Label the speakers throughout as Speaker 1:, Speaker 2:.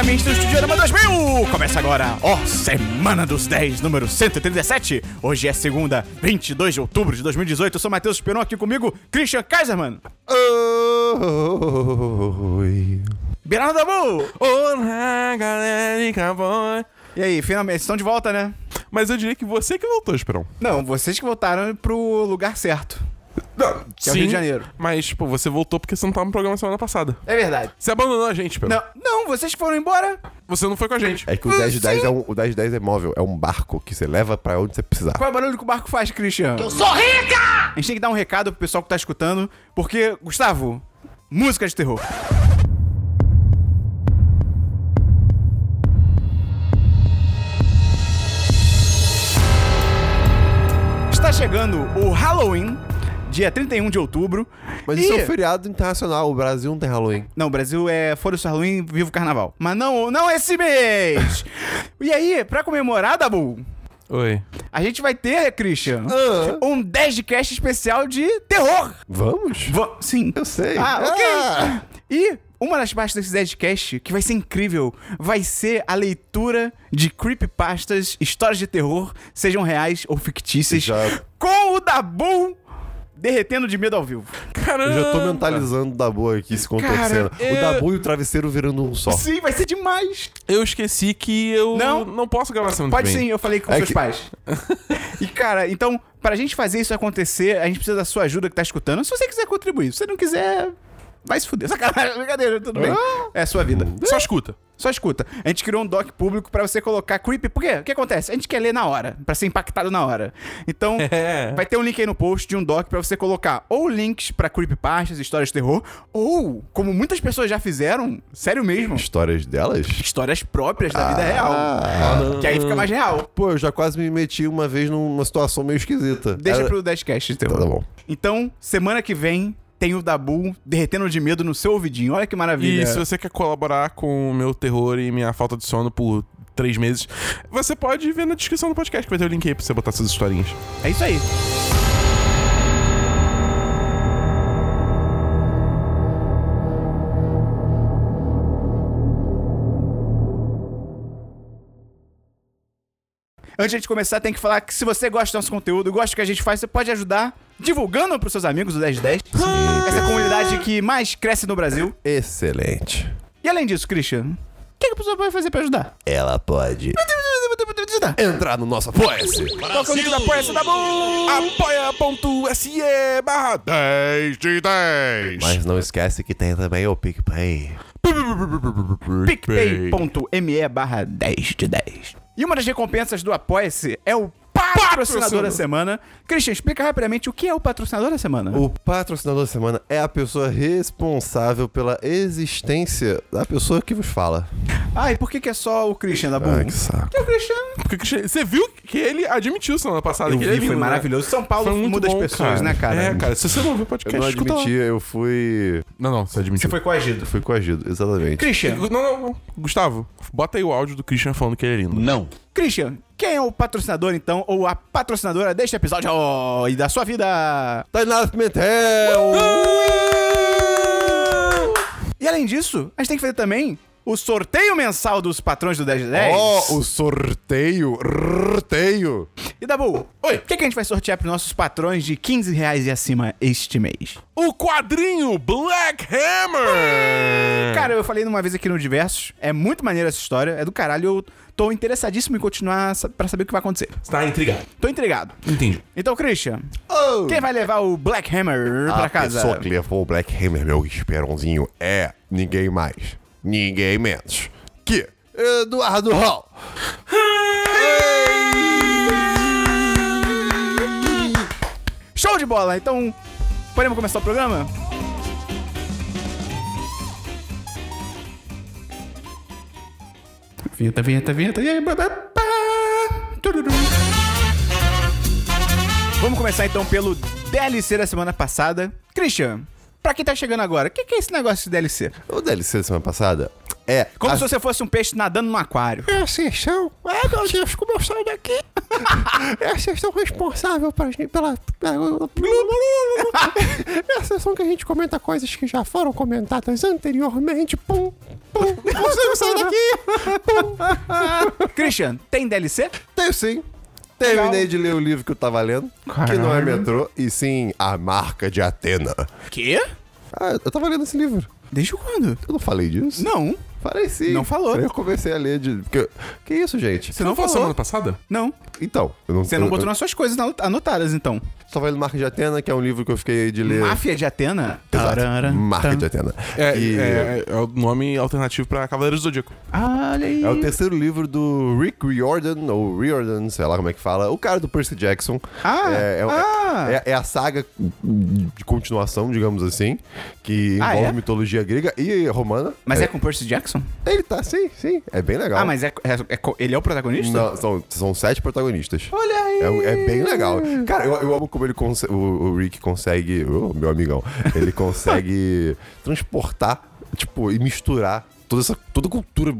Speaker 1: ouvintes do Estudiorama 2000! Começa agora, ó, Semana dos 10, número 137. Hoje é segunda, 22 de outubro de 2018. Eu sou Matheus Esperon, aqui comigo, Christian Kaiserman.
Speaker 2: Oi.
Speaker 1: Birano Dabu!
Speaker 2: Olá, galera de cowboy.
Speaker 1: E aí, finalmente, vocês estão de volta, né?
Speaker 2: Mas eu diria que você que voltou, Esperão.
Speaker 1: Não, vocês que voltaram pro lugar certo. é o Rio de Janeiro.
Speaker 2: Mas, tipo, você voltou porque você não tava no programa semana passada.
Speaker 1: É verdade.
Speaker 2: Você abandonou a gente, Esperão.
Speaker 1: Não, não, vocês foram embora.
Speaker 2: Você não foi com a gente.
Speaker 3: É que o
Speaker 1: Ah,
Speaker 3: 10 de 10
Speaker 1: sim.
Speaker 3: é, um, o 10 de 10 é móvel, é um barco que você leva pra onde você precisar.
Speaker 1: Qual é o barulho que o barco faz, Christian? Eu sou rica! A gente tem que dar um recado pro pessoal que tá escutando, porque, Gustavo, música de terror. Está chegando o Halloween, dia 31 de outubro.
Speaker 3: Mas
Speaker 1: e-
Speaker 3: isso é um feriado internacional, o Brasil não tem Halloween.
Speaker 1: não, o Brasil é fora o Halloween, viva o carnaval. Mas não, não esse mês! e aí, pra comemorar, Dabu,
Speaker 2: Oi.
Speaker 1: a gente vai ter, Christian,
Speaker 3: Ah,
Speaker 1: um 10 de cast especial de terror.
Speaker 3: Vamos?
Speaker 1: Va- Sim.
Speaker 3: Eu sei.
Speaker 1: Ah, ok.
Speaker 3: Ah.
Speaker 1: E uma das partes desse 10 de cast que vai ser incrível vai ser a leitura de creepypastas, histórias de terror, sejam reais ou fictícias,
Speaker 3: Já-
Speaker 1: com o Dabu derretendo de medo ao vivo.
Speaker 2: Caramba.
Speaker 3: Eu já
Speaker 1: ah.
Speaker 3: tô mentalizando o Dabu aqui se contorcendo.
Speaker 2: eu-
Speaker 3: O Dabu e o travesseiro virando um só.
Speaker 1: Sim, vai ser demais.
Speaker 2: Eu esqueci que eu
Speaker 1: Não.
Speaker 2: não, posso gravar semana
Speaker 1: Pode
Speaker 2: que
Speaker 1: sim,
Speaker 2: vem.
Speaker 1: eu falei com
Speaker 3: É
Speaker 1: seus
Speaker 3: que-
Speaker 1: pais. e cara, então, pra gente fazer isso acontecer, a gente precisa da sua ajuda que tá escutando. Se você quiser contribuir, se você não quiser, vai se fuder. Sacanagem, brincadeira, tudo bem.
Speaker 3: Ah.
Speaker 1: É a sua vida.
Speaker 2: Só escuta.
Speaker 1: Só escuta. A gente criou um doc público pra você colocar creepy. Por quê? O que acontece? A gente quer ler na hora, pra ser impactado na hora. Então,
Speaker 2: É.
Speaker 1: vai ter um link aí no post de um doc pra você colocar ou links pra creepypastas, histórias de terror, ou, como muitas pessoas já fizeram, sério mesmo,
Speaker 3: Histórias delas?
Speaker 1: histórias próprias da
Speaker 3: Ah.
Speaker 1: vida real. Que aí fica mais real.
Speaker 3: Pô, eu já quase me meti uma vez numa situação meio esquisita.
Speaker 1: Deixa
Speaker 3: Era-
Speaker 1: pro 10cast, então.
Speaker 3: Tá, tá bom.
Speaker 1: Então, semana que vem tem o Dabu derretendo de medo no seu ouvidinho. Olha que maravilha.
Speaker 2: E se você quer colaborar com o meu terror e minha falta de sono por três meses, você pode ver na descrição do podcast que vai ter o link aí pra você botar suas historinhas.
Speaker 1: É isso aí. Antes de começar, tem que falar que se você gosta do nosso conteúdo, gosta do que a gente faz, você pode ajudar divulgando pros seus amigos do 1010. Essa comunidade que mais cresce no Brasil.
Speaker 3: Excelente.
Speaker 1: E além disso, Christian, o que, que a pessoa pode fazer pra ajudar?
Speaker 3: Ela pode
Speaker 1: Ajudar.
Speaker 3: entrar no nosso apoia-se.
Speaker 2: Qual que é o link da Apoia-se da Apoia.se barra 10 de 10.
Speaker 3: Mas não esquece que tem também o PicPay.
Speaker 1: picpay.me barra 10 de 10. E uma das recompensas do Apoia-se é o patrocinador da semana. Christian, explica rapidamente o que é o patrocinador da semana.
Speaker 3: O patrocinador da semana é a pessoa responsável pela existência da pessoa que vos fala.
Speaker 1: Ah, e por que, que é só o Christian da
Speaker 3: Ai,
Speaker 1: Bull?
Speaker 3: que saco.
Speaker 1: O Christian
Speaker 2: Porque que- Você viu que ele admitiu semana passada.
Speaker 1: Eu
Speaker 2: que ele
Speaker 1: vi,
Speaker 2: é
Speaker 1: foi
Speaker 2: vindo, né?
Speaker 1: maravilhoso. São Paulo
Speaker 2: Foi muito
Speaker 1: muda as
Speaker 2: bom,
Speaker 1: pessoas, né, cara?
Speaker 2: É, cara, se você não viu o
Speaker 3: Eu
Speaker 2: podcast,
Speaker 3: não
Speaker 2: escuta lá.
Speaker 3: admiti, eu fui.
Speaker 2: Não, não, você admitiu.
Speaker 1: foi coagido.
Speaker 3: fui coagido, exatamente.
Speaker 1: Christian,
Speaker 2: Não, não, não. Gustavo, bota aí o áudio do Christian falando que ele é lindo.
Speaker 4: Não.
Speaker 1: Christian, quem é o patrocinador então, ou a patrocinadora deste episódio ó, e da sua vida?
Speaker 3: Tainara Pimentel!
Speaker 1: E além disso, a gente tem que fazer também o sorteio mensal dos patrões do 10 de 10.
Speaker 2: Oh.
Speaker 3: Ó, o sorteio! Sorteio!
Speaker 1: E Dabu, oi, o que, que a gente vai sortear pros nossos patrões de 15 reais e acima este mês?
Speaker 2: O quadrinho Black
Speaker 3: É.
Speaker 2: Hammer!
Speaker 1: Cara, eu falei numa vez aqui no Diversos, é muito maneira essa história, é do caralho, eu tô interessadíssimo em continuar sa- pra saber o que vai acontecer.
Speaker 2: Você tá intrigado.
Speaker 1: Tô intrigado.
Speaker 2: Entendi.
Speaker 1: Então, Christian,
Speaker 3: Oh.
Speaker 1: quem vai levar o Black Hammer pra
Speaker 3: A
Speaker 1: casa?
Speaker 3: Ah, pessoa que levou o Black Hammer, meu esperãozinho, é ninguém mais, ninguém menos que Eduardo Hall.
Speaker 1: Show de bola, então podemos começar o programa? Vinheta, vinheta, vinheta. e aí, blá, blá, pá, tururu. Vamos começar então pelo DLC da semana passada. Christian, pra quem tá chegando agora, o que, que é esse negócio de DLC?
Speaker 3: O DLC da semana passada é...
Speaker 1: Como
Speaker 3: a-
Speaker 1: se você fosse um peixe nadando no aquário.
Speaker 3: É a sessão. Ai, meu Deus, É, como eu saio daqui? Essa sessão responsável pra gente, pela. pela- É a sessão que a gente comenta coisas que já foram comentadas anteriormente. Pum, pum. Você não sai daqui!
Speaker 1: Christian, tem DLC?
Speaker 3: Tenho sim. Terminei de ler o livro que eu tava lendo, que não é
Speaker 2: Caralho.
Speaker 3: metrô, e sim a marca de Atena.
Speaker 1: Quê?
Speaker 3: Ah, eu tava lendo esse livro.
Speaker 1: Desde quando?
Speaker 3: Eu não falei disso?
Speaker 1: Não.
Speaker 3: Falei sim.
Speaker 1: Não falou.
Speaker 3: Eu comecei a ler de. porque- Que isso, gente?
Speaker 1: Você não
Speaker 2: falou
Speaker 1: falou.
Speaker 2: semana passada?
Speaker 1: Não.
Speaker 3: Então, eu não
Speaker 1: Você não
Speaker 3: eu-
Speaker 1: botou nas suas coisas na- anotadas, então.
Speaker 3: eu Só falei do Marca de Atena, que é um livro que eu fiquei de ler.
Speaker 1: Máfia de Atena?
Speaker 3: Exato.
Speaker 1: Tarara,
Speaker 3: Marca
Speaker 1: tan.
Speaker 3: de Atena.
Speaker 2: É,
Speaker 3: E-
Speaker 2: é, é o nome alternativo pra Cavaleiros do Zodíaco.
Speaker 1: Olha aí.
Speaker 3: É o terceiro livro do Rick Riordan, ou Riordan, sei lá como é que fala. O cara do Percy Jackson.
Speaker 1: Ah,
Speaker 3: é, é-
Speaker 1: ah.
Speaker 3: é- é a saga de continuação, digamos assim, que
Speaker 1: Ah,
Speaker 3: envolve
Speaker 1: é?
Speaker 3: mitologia grega e romana.
Speaker 1: Mas é com Percy Jackson?
Speaker 3: Ele tá, sim, sim. É bem legal.
Speaker 1: Ah, mas é, é- é co- ele é o protagonista?
Speaker 3: Não, são, são sete protagonistas.
Speaker 1: Olha aí.
Speaker 3: É, é bem legal.
Speaker 1: Ah.
Speaker 3: Cara, eu, eu amo como ele conse- o, o Rick consegue. ô, meu amigão. Ele consegue transportar, tipo, e misturar toda essa toda a cultura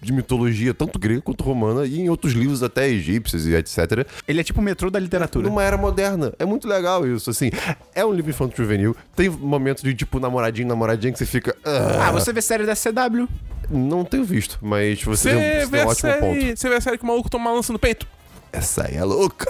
Speaker 3: de mitologia, tanto grega quanto romana, e em outros livros até egípcios e etc.
Speaker 1: Ele é tipo o metrô da literatura.
Speaker 3: Numa era moderna. É muito legal isso, assim. É um livro infantil juvenil. Tem momentos de, tipo, namoradinho, namoradinha, que você fica. "Ah".
Speaker 1: Ah, você vê série da CW.
Speaker 3: Não tenho visto, mas você, deu,
Speaker 2: Você
Speaker 3: você
Speaker 2: vê,
Speaker 3: deu um
Speaker 2: a
Speaker 3: ótimo ponto.
Speaker 2: série- você vê a série que o maluco toma uma lança no peito.
Speaker 3: Essa aí é louca.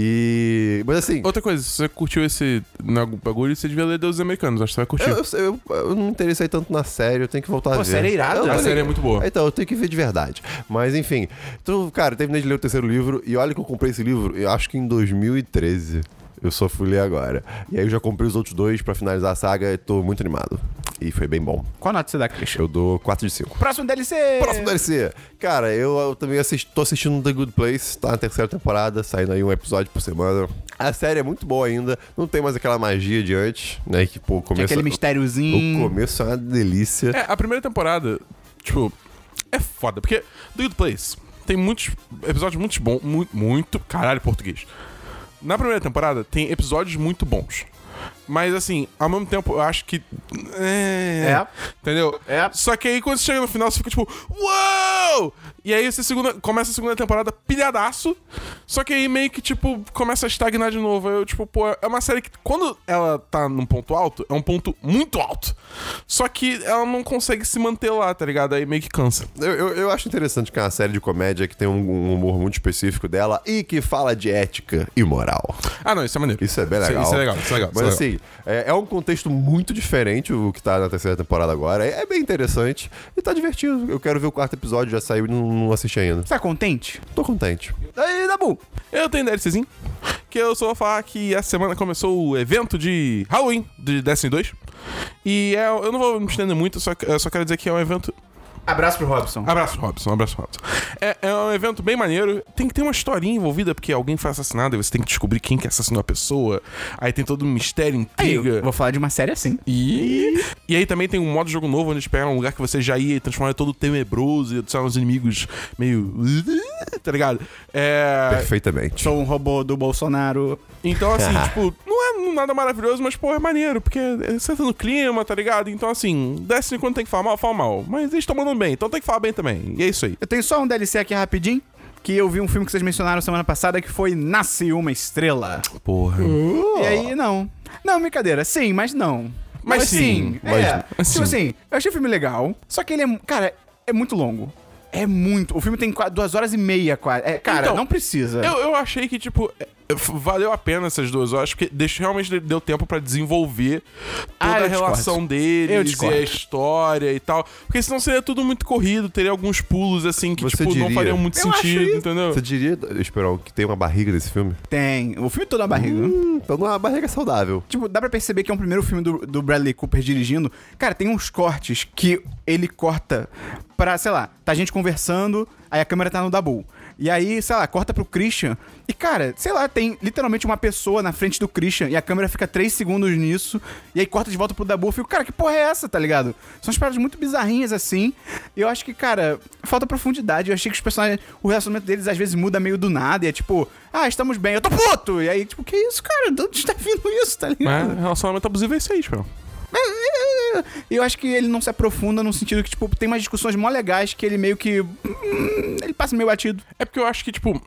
Speaker 3: E. Mas assim.
Speaker 2: Outra coisa, se você curtiu esse na- bagulho, você devia ler Deuses Americanos, acho que você vai curtir.
Speaker 3: Eu, eu- eu- eu não me interessei tanto na série, eu tenho que voltar a
Speaker 1: Pô,
Speaker 3: ver.
Speaker 1: a série é irada.
Speaker 3: Eu tô
Speaker 1: A
Speaker 2: série
Speaker 3: ligado.
Speaker 2: é muito boa.
Speaker 3: Então, eu tenho que ver de verdade. Mas enfim. Então, cara, eu terminei de ler o terceiro livro e olha que eu comprei esse livro, eu acho que em 2013. Eu só fui ler agora. E aí eu já comprei os outros dois pra finalizar a saga e tô muito animado. E foi bem bom.
Speaker 1: Qual nota você dá, Christian?
Speaker 3: Eu dou 4 de 5.
Speaker 1: Próximo DLC!
Speaker 3: Próximo DLC. Cara, eu, eu também assisti, tô assistindo The Good Place, tá na terceira temporada, saindo aí um episódio por semana. A série é muito boa ainda, não tem mais aquela magia de antes, né? Que, pô,
Speaker 1: Que é
Speaker 3: começa...
Speaker 1: aquele
Speaker 2: Hum.
Speaker 3: O
Speaker 1: mistériozinho.
Speaker 3: começo é uma delícia.
Speaker 2: É, a primeira temporada, tipo, é foda. Porque The Good Place tem muitos episódios muito bons. Muito, muito. Caralho, português. Na primeira temporada tem episódios muito bons. Mas assim, ao mesmo tempo, eu acho que. É.
Speaker 1: É.
Speaker 2: Entendeu?
Speaker 1: É.
Speaker 2: Só que aí quando você chega no final, você fica tipo, uou! E aí você segunda, começa a segunda temporada pilhadaço. Só que aí meio que, tipo, começa a estagnar de novo. Aí eu, tipo, pô, é uma série que quando ela tá num ponto alto, é um ponto muito alto. Só que ela não consegue se manter lá, tá ligado? Aí meio que cansa.
Speaker 3: Eu, eu, eu acho interessante que é uma série de comédia que tem um, um humor muito específico dela e que fala de ética e moral.
Speaker 2: Ah, não, isso é maneiro.
Speaker 3: Isso é bem legal.
Speaker 2: Isso é legal, isso é legal.
Speaker 3: Mas
Speaker 2: isso é legal.
Speaker 3: assim, é, é um contexto muito diferente o que tá na terceira temporada agora. É, é bem interessante e tá divertido. Eu quero ver o quarto episódio, já saiu e não, não assisti ainda.
Speaker 1: Você tá contente?
Speaker 3: Tô contente.
Speaker 1: Aí, Dabu.
Speaker 3: assim-
Speaker 2: Eu tenho um DLCzinho, que eu só vou falar que essa semana começou o evento de Halloween de Destiny 2. E é- eu não vou me estender muito, só, que- eu só quero dizer que é um evento
Speaker 1: Abraço pro Robson.
Speaker 2: Um Abraço, Robson. Abraço, Robson. É, é um evento bem maneiro. Tem que ter uma historinha envolvida, porque alguém foi assassinado e você tem que descobrir quem que assassinou a pessoa. Aí tem todo um mistério,
Speaker 1: Aí,
Speaker 2: intriga.
Speaker 1: eu vou falar de uma série assim.
Speaker 2: E... e aí também tem um modo de jogo novo onde eles pegam um lugar que você já ia e transforma ele todo tenebroso e são os inimigos meio. tá ligado? É.
Speaker 3: Perfeitamente.
Speaker 1: Sou um robô do Bolsonaro.
Speaker 2: Então, assim, tipo, não é nada maravilhoso, mas, pô, é maneiro, porque você tá no clima, tá ligado? Então, assim, Destiny quando tem que falar mal, fala mal. Mas eles estão mandando bem, então tem que falar bem também. E é isso aí.
Speaker 1: Eu tenho só um DLC aqui rapidinho. Que eu vi um filme que vocês mencionaram semana passada que foi Nasce uma Estrela.
Speaker 2: Porra.
Speaker 1: E aí, não. Não, brincadeira. Sim, mas não.
Speaker 2: Mas sim,
Speaker 1: Mas,
Speaker 3: mas-
Speaker 1: é.
Speaker 2: mas
Speaker 1: Tipo
Speaker 2: sim.
Speaker 1: assim, eu achei o filme legal. Só que ele é. Cara, é muito longo. É muito. O filme tem qua- duas horas e meia quase. É, cara,
Speaker 2: Então,
Speaker 1: não precisa.
Speaker 2: Eu, eu achei que, tipo, é, f- valeu a pena essas duas horas, porque deixou, realmente deu tempo pra desenvolver toda
Speaker 1: Ah, eu
Speaker 2: a relação
Speaker 1: Eu
Speaker 2: deles e
Speaker 1: discordo.
Speaker 2: a história e tal. Porque senão seria tudo muito corrido, teria alguns pulos, assim, que,
Speaker 3: Você
Speaker 2: tipo, não
Speaker 3: diria.
Speaker 2: fariam muito
Speaker 1: Eu acho
Speaker 2: sentido,
Speaker 1: isso.
Speaker 2: entendeu?
Speaker 3: Você diria, Esperão, que tem uma barriga nesse filme?
Speaker 1: Tem. O filme todo na barriga.
Speaker 3: Hum, então não é uma barriga saudável.
Speaker 1: Tipo, dá pra perceber que é um primeiro filme do, do Bradley Cooper dirigindo. Cara, tem uns cortes que ele corta pra, sei lá, tá a gente conversando, aí a câmera tá no Dabu. E aí, sei lá, corta pro Christian. E, cara, sei lá, tem literalmente uma pessoa na frente do Christian e a câmera fica 3 segundos nisso. E aí corta de volta pro Dabu. Eu fico, cara, que porra é essa, tá ligado? São umas paradas muito bizarrinhas assim. E eu acho que, cara, falta profundidade. Eu achei que os personagens. O relacionamento deles às vezes muda meio do nada. E é tipo, ah, estamos bem, eu tô puto! E aí, tipo, que isso, cara? De onde tá vindo isso, tá ligado?
Speaker 2: Mas relacionamento abusivo é isso aí, tipo.
Speaker 1: Eu acho que ele não se aprofunda no sentido que, tipo, tem umas discussões mó legais que ele meio que. hum, Ele passa meio batido.
Speaker 2: É porque eu acho que, tipo.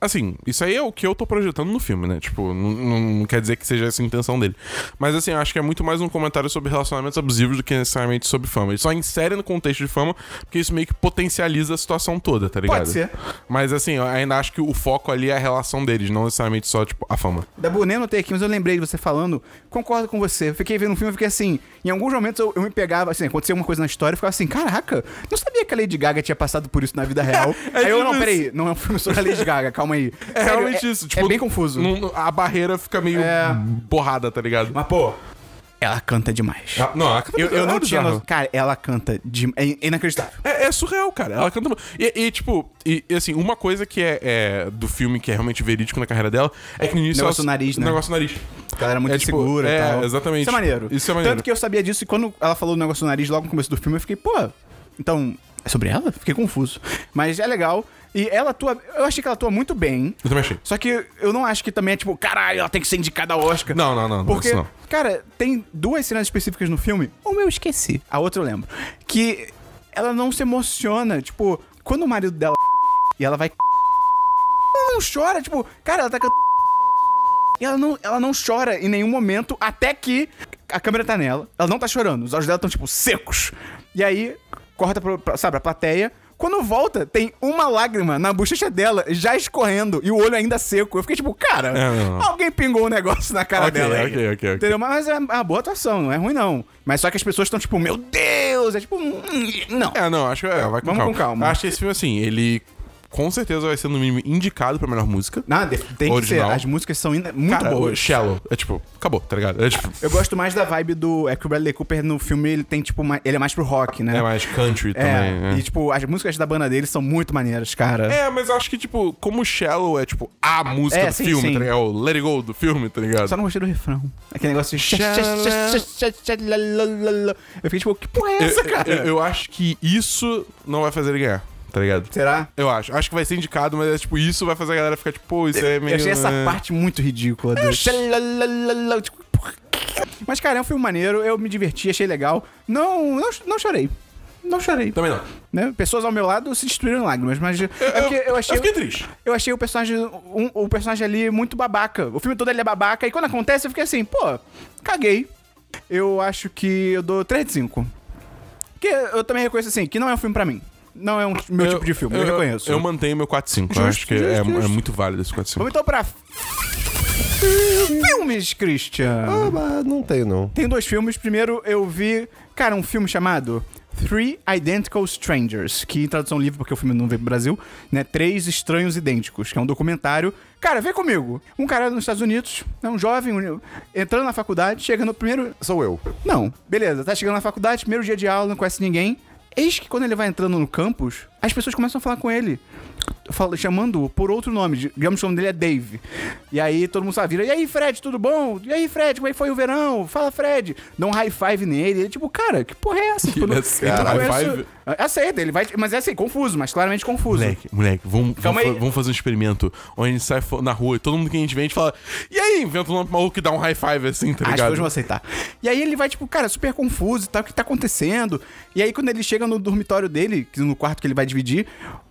Speaker 2: Assim, isso aí é o que eu tô projetando no filme, né? Tipo, não- não não quer dizer que seja essa a intenção dele. Mas assim, eu acho que é muito mais um comentário sobre relacionamentos abusivos do que necessariamente sobre fama. Ele só insere no contexto de fama, porque isso meio que potencializa a situação toda, tá ligado?
Speaker 1: ser.
Speaker 2: Mas assim, eu ainda acho que o foco ali é a relação deles, não necessariamente só, tipo, a fama.
Speaker 1: Dabu, nem anotei aqui, mas eu lembrei de você falando. Concordo com você. Eu fiquei vendo um filme e fiquei assim. Em alguns momentos eu, eu me pegava, assim, acontecia alguma coisa na história e ficava assim: caraca, não sabia que a Lady Gaga tinha passado por isso na vida real.
Speaker 2: É
Speaker 1: aí eu,
Speaker 2: tipo
Speaker 1: não,
Speaker 2: isso.
Speaker 1: peraí, não é um filme sobre a Lady Gaga, calma aí.
Speaker 2: É
Speaker 1: Sério,
Speaker 2: realmente
Speaker 1: é-
Speaker 2: isso.
Speaker 1: é bem confuso.
Speaker 2: não- a barreira fica meio
Speaker 1: É.
Speaker 2: borrada, tá ligado?
Speaker 1: Mas, pô, ela canta demais.
Speaker 2: Ah, Não, ela canta
Speaker 1: Eu, eu
Speaker 2: ela é
Speaker 1: não tinha.
Speaker 2: bizarra.
Speaker 1: noção. Cara, ela canta de. É in- inacreditável.
Speaker 2: É, é surreal, cara. Ela canta. E, e, tipo, e, e, assim, uma coisa que é, é do filme que é realmente verídico na carreira dela é que no início.
Speaker 1: Negócio
Speaker 2: ela-
Speaker 1: do nariz, né?
Speaker 2: Negócio do nariz.
Speaker 1: Ela era muito
Speaker 2: É, tipo,
Speaker 1: segura
Speaker 2: é,
Speaker 1: e tal.
Speaker 2: exatamente.
Speaker 1: Isso é maneiro.
Speaker 2: Isso é maneiro.
Speaker 1: Tanto que eu sabia disso e quando ela falou do negócio do nariz logo no começo do filme, eu fiquei, pô, então. É sobre ela? Fiquei confuso. Mas é legal. E ela atua. Eu achei que ela atua muito bem.
Speaker 2: Eu também achei.
Speaker 1: Só que eu não acho que também é tipo, caralho, ela tem que ser indicada ao Oscar.
Speaker 2: Não, não, não, não,
Speaker 1: Porque,
Speaker 2: isso não.
Speaker 1: cara, tem duas cenas específicas no filme. Uma eu esqueci, a outra eu lembro. Que ela não se emociona. Tipo, quando o marido dela e ela vai. Ela não chora, tipo, cara, ela tá cantando. E ela não, ela não chora em nenhum momento até que a câmera tá nela. Ela não tá chorando, os olhos dela estão, tipo, secos. E aí, corta, pro, pra, sabe, a plateia. Quando volta, tem uma lágrima na bochecha dela, já escorrendo, e o olho ainda seco. Eu fiquei tipo, cara,
Speaker 2: É, não, não.
Speaker 1: alguém pingou um negócio na cara
Speaker 2: Ok,
Speaker 1: dela. aí.
Speaker 2: ok, ok, ok.
Speaker 1: Entendeu? Mas é uma boa atuação, não é ruim não. Mas só que as pessoas estão tipo, meu Deus! É tipo, "Hum, não.
Speaker 2: É, não, acho que. É, vai com
Speaker 1: Vamos
Speaker 2: calma.
Speaker 1: com calma.
Speaker 2: Acho que esse filme, assim, ele com certeza vai ser, no mínimo, indicado pra melhor música.
Speaker 1: Nada, tem que ser.
Speaker 2: Original.
Speaker 1: As músicas são ina- muito
Speaker 2: Cara, o
Speaker 1: boas.
Speaker 2: Shallow. É tipo, acabou, tá ligado? É tipo.
Speaker 1: Eu gosto mais da vibe do. É que o Bradley Cooper no filme ele tem, tipo, mais- ele é mais pro rock, né?
Speaker 2: É mais country
Speaker 1: É,
Speaker 2: também. né?
Speaker 1: e tipo, as músicas da banda dele são muito maneiras, cara.
Speaker 2: É, mas eu acho que, tipo, como Shallow é, tipo, a música
Speaker 1: É,
Speaker 2: do
Speaker 1: sim,
Speaker 2: filme,
Speaker 1: sim.
Speaker 2: tá ligado? É o Let It Go do filme, tá ligado?
Speaker 1: Só não gostei do refrão. Aquele negócio de.
Speaker 2: Xalala.
Speaker 1: Eu fiquei tipo, que porra é
Speaker 2: Eu-
Speaker 1: essa,
Speaker 2: eu-
Speaker 1: cara?
Speaker 2: eu- eu acho que isso não vai fazer ele ganhar, tá ligado?
Speaker 1: Será?
Speaker 2: Eu acho. Acho que vai ser indicado, mas é, tipo, isso vai fazer a galera ficar tipo, pô, isso é meio.
Speaker 1: Eu achei essa
Speaker 2: né?
Speaker 1: parte muito ridícula. Do... Xalala, É, Tipo, porra. Mas, cara, é um filme maneiro, eu me diverti, achei legal. Não, não, não chorei. Não chorei.
Speaker 2: Também não.
Speaker 1: né? Pessoas ao meu lado se destruíram em lágrimas, mas. é porque eu achei.
Speaker 2: Eu fiquei triste.
Speaker 1: Eu achei o personagem, um- o personagem ali muito babaca. O filme todo ele é babaca. E quando acontece, eu fiquei assim, pô, caguei. Eu acho que eu dou 3 de 5. Porque eu também reconheço assim, que não é um filme pra mim. Não é um meu tipo de filme, eu, reconheço.
Speaker 2: Eu mantenho meu 4-5. Eu
Speaker 1: Justo,
Speaker 2: acho que é,
Speaker 1: justo,
Speaker 2: é
Speaker 1: justo.
Speaker 2: muito válido esse 4-5.
Speaker 1: Vamos então pra. Filmes, Christian.
Speaker 3: Ah, mas não tenho, não.
Speaker 1: Tem dois filmes. Primeiro, eu vi, cara, um filme chamado Three Identical Strangers, que em tradução livre, porque o filme não veio pro Brasil, né? Três Estranhos Idênticos, que é um documentário. Cara, vem comigo. Um cara nos Estados Unidos, né, um jovem, um- entrando na faculdade, chega no primeiro.
Speaker 3: Sou eu.
Speaker 1: Não, beleza, tá chegando na faculdade, primeiro dia de aula, não conhece ninguém. Eis que quando ele vai entrando no campus, as pessoas começam a falar com ele. fala- Chamando-o por outro nome, digamos que o nome dele é Dave. E aí todo mundo só vira: E aí, Fred, tudo bom? E aí, Fred, como é que foi o verão? Fala, Fred. Dá um high five nele. Ele, tipo, cara, que porra é essa?
Speaker 2: Que
Speaker 1: Tipo, não-
Speaker 2: aceita
Speaker 1: eu não
Speaker 2: high
Speaker 1: conheço-
Speaker 2: five?
Speaker 1: Aceita, ele vai. Mas é assim, confuso, mas claramente confuso.
Speaker 2: Moleque, moleque, vamos,
Speaker 1: Calma
Speaker 2: vamos, fa-
Speaker 1: aí.
Speaker 2: vamos fazer um experimento onde a gente sai fo- na rua e todo mundo que a gente vê, a gente fala, e aí, inventa um nome maluco que dá um high five assim, tá
Speaker 1: As
Speaker 2: ligado?
Speaker 1: pessoas vão aceitar. E aí ele vai, tipo, cara, super confuso e tal, o que tá acontecendo? E aí quando ele chega no dormitório dele, que- no quarto que ele vai dividir,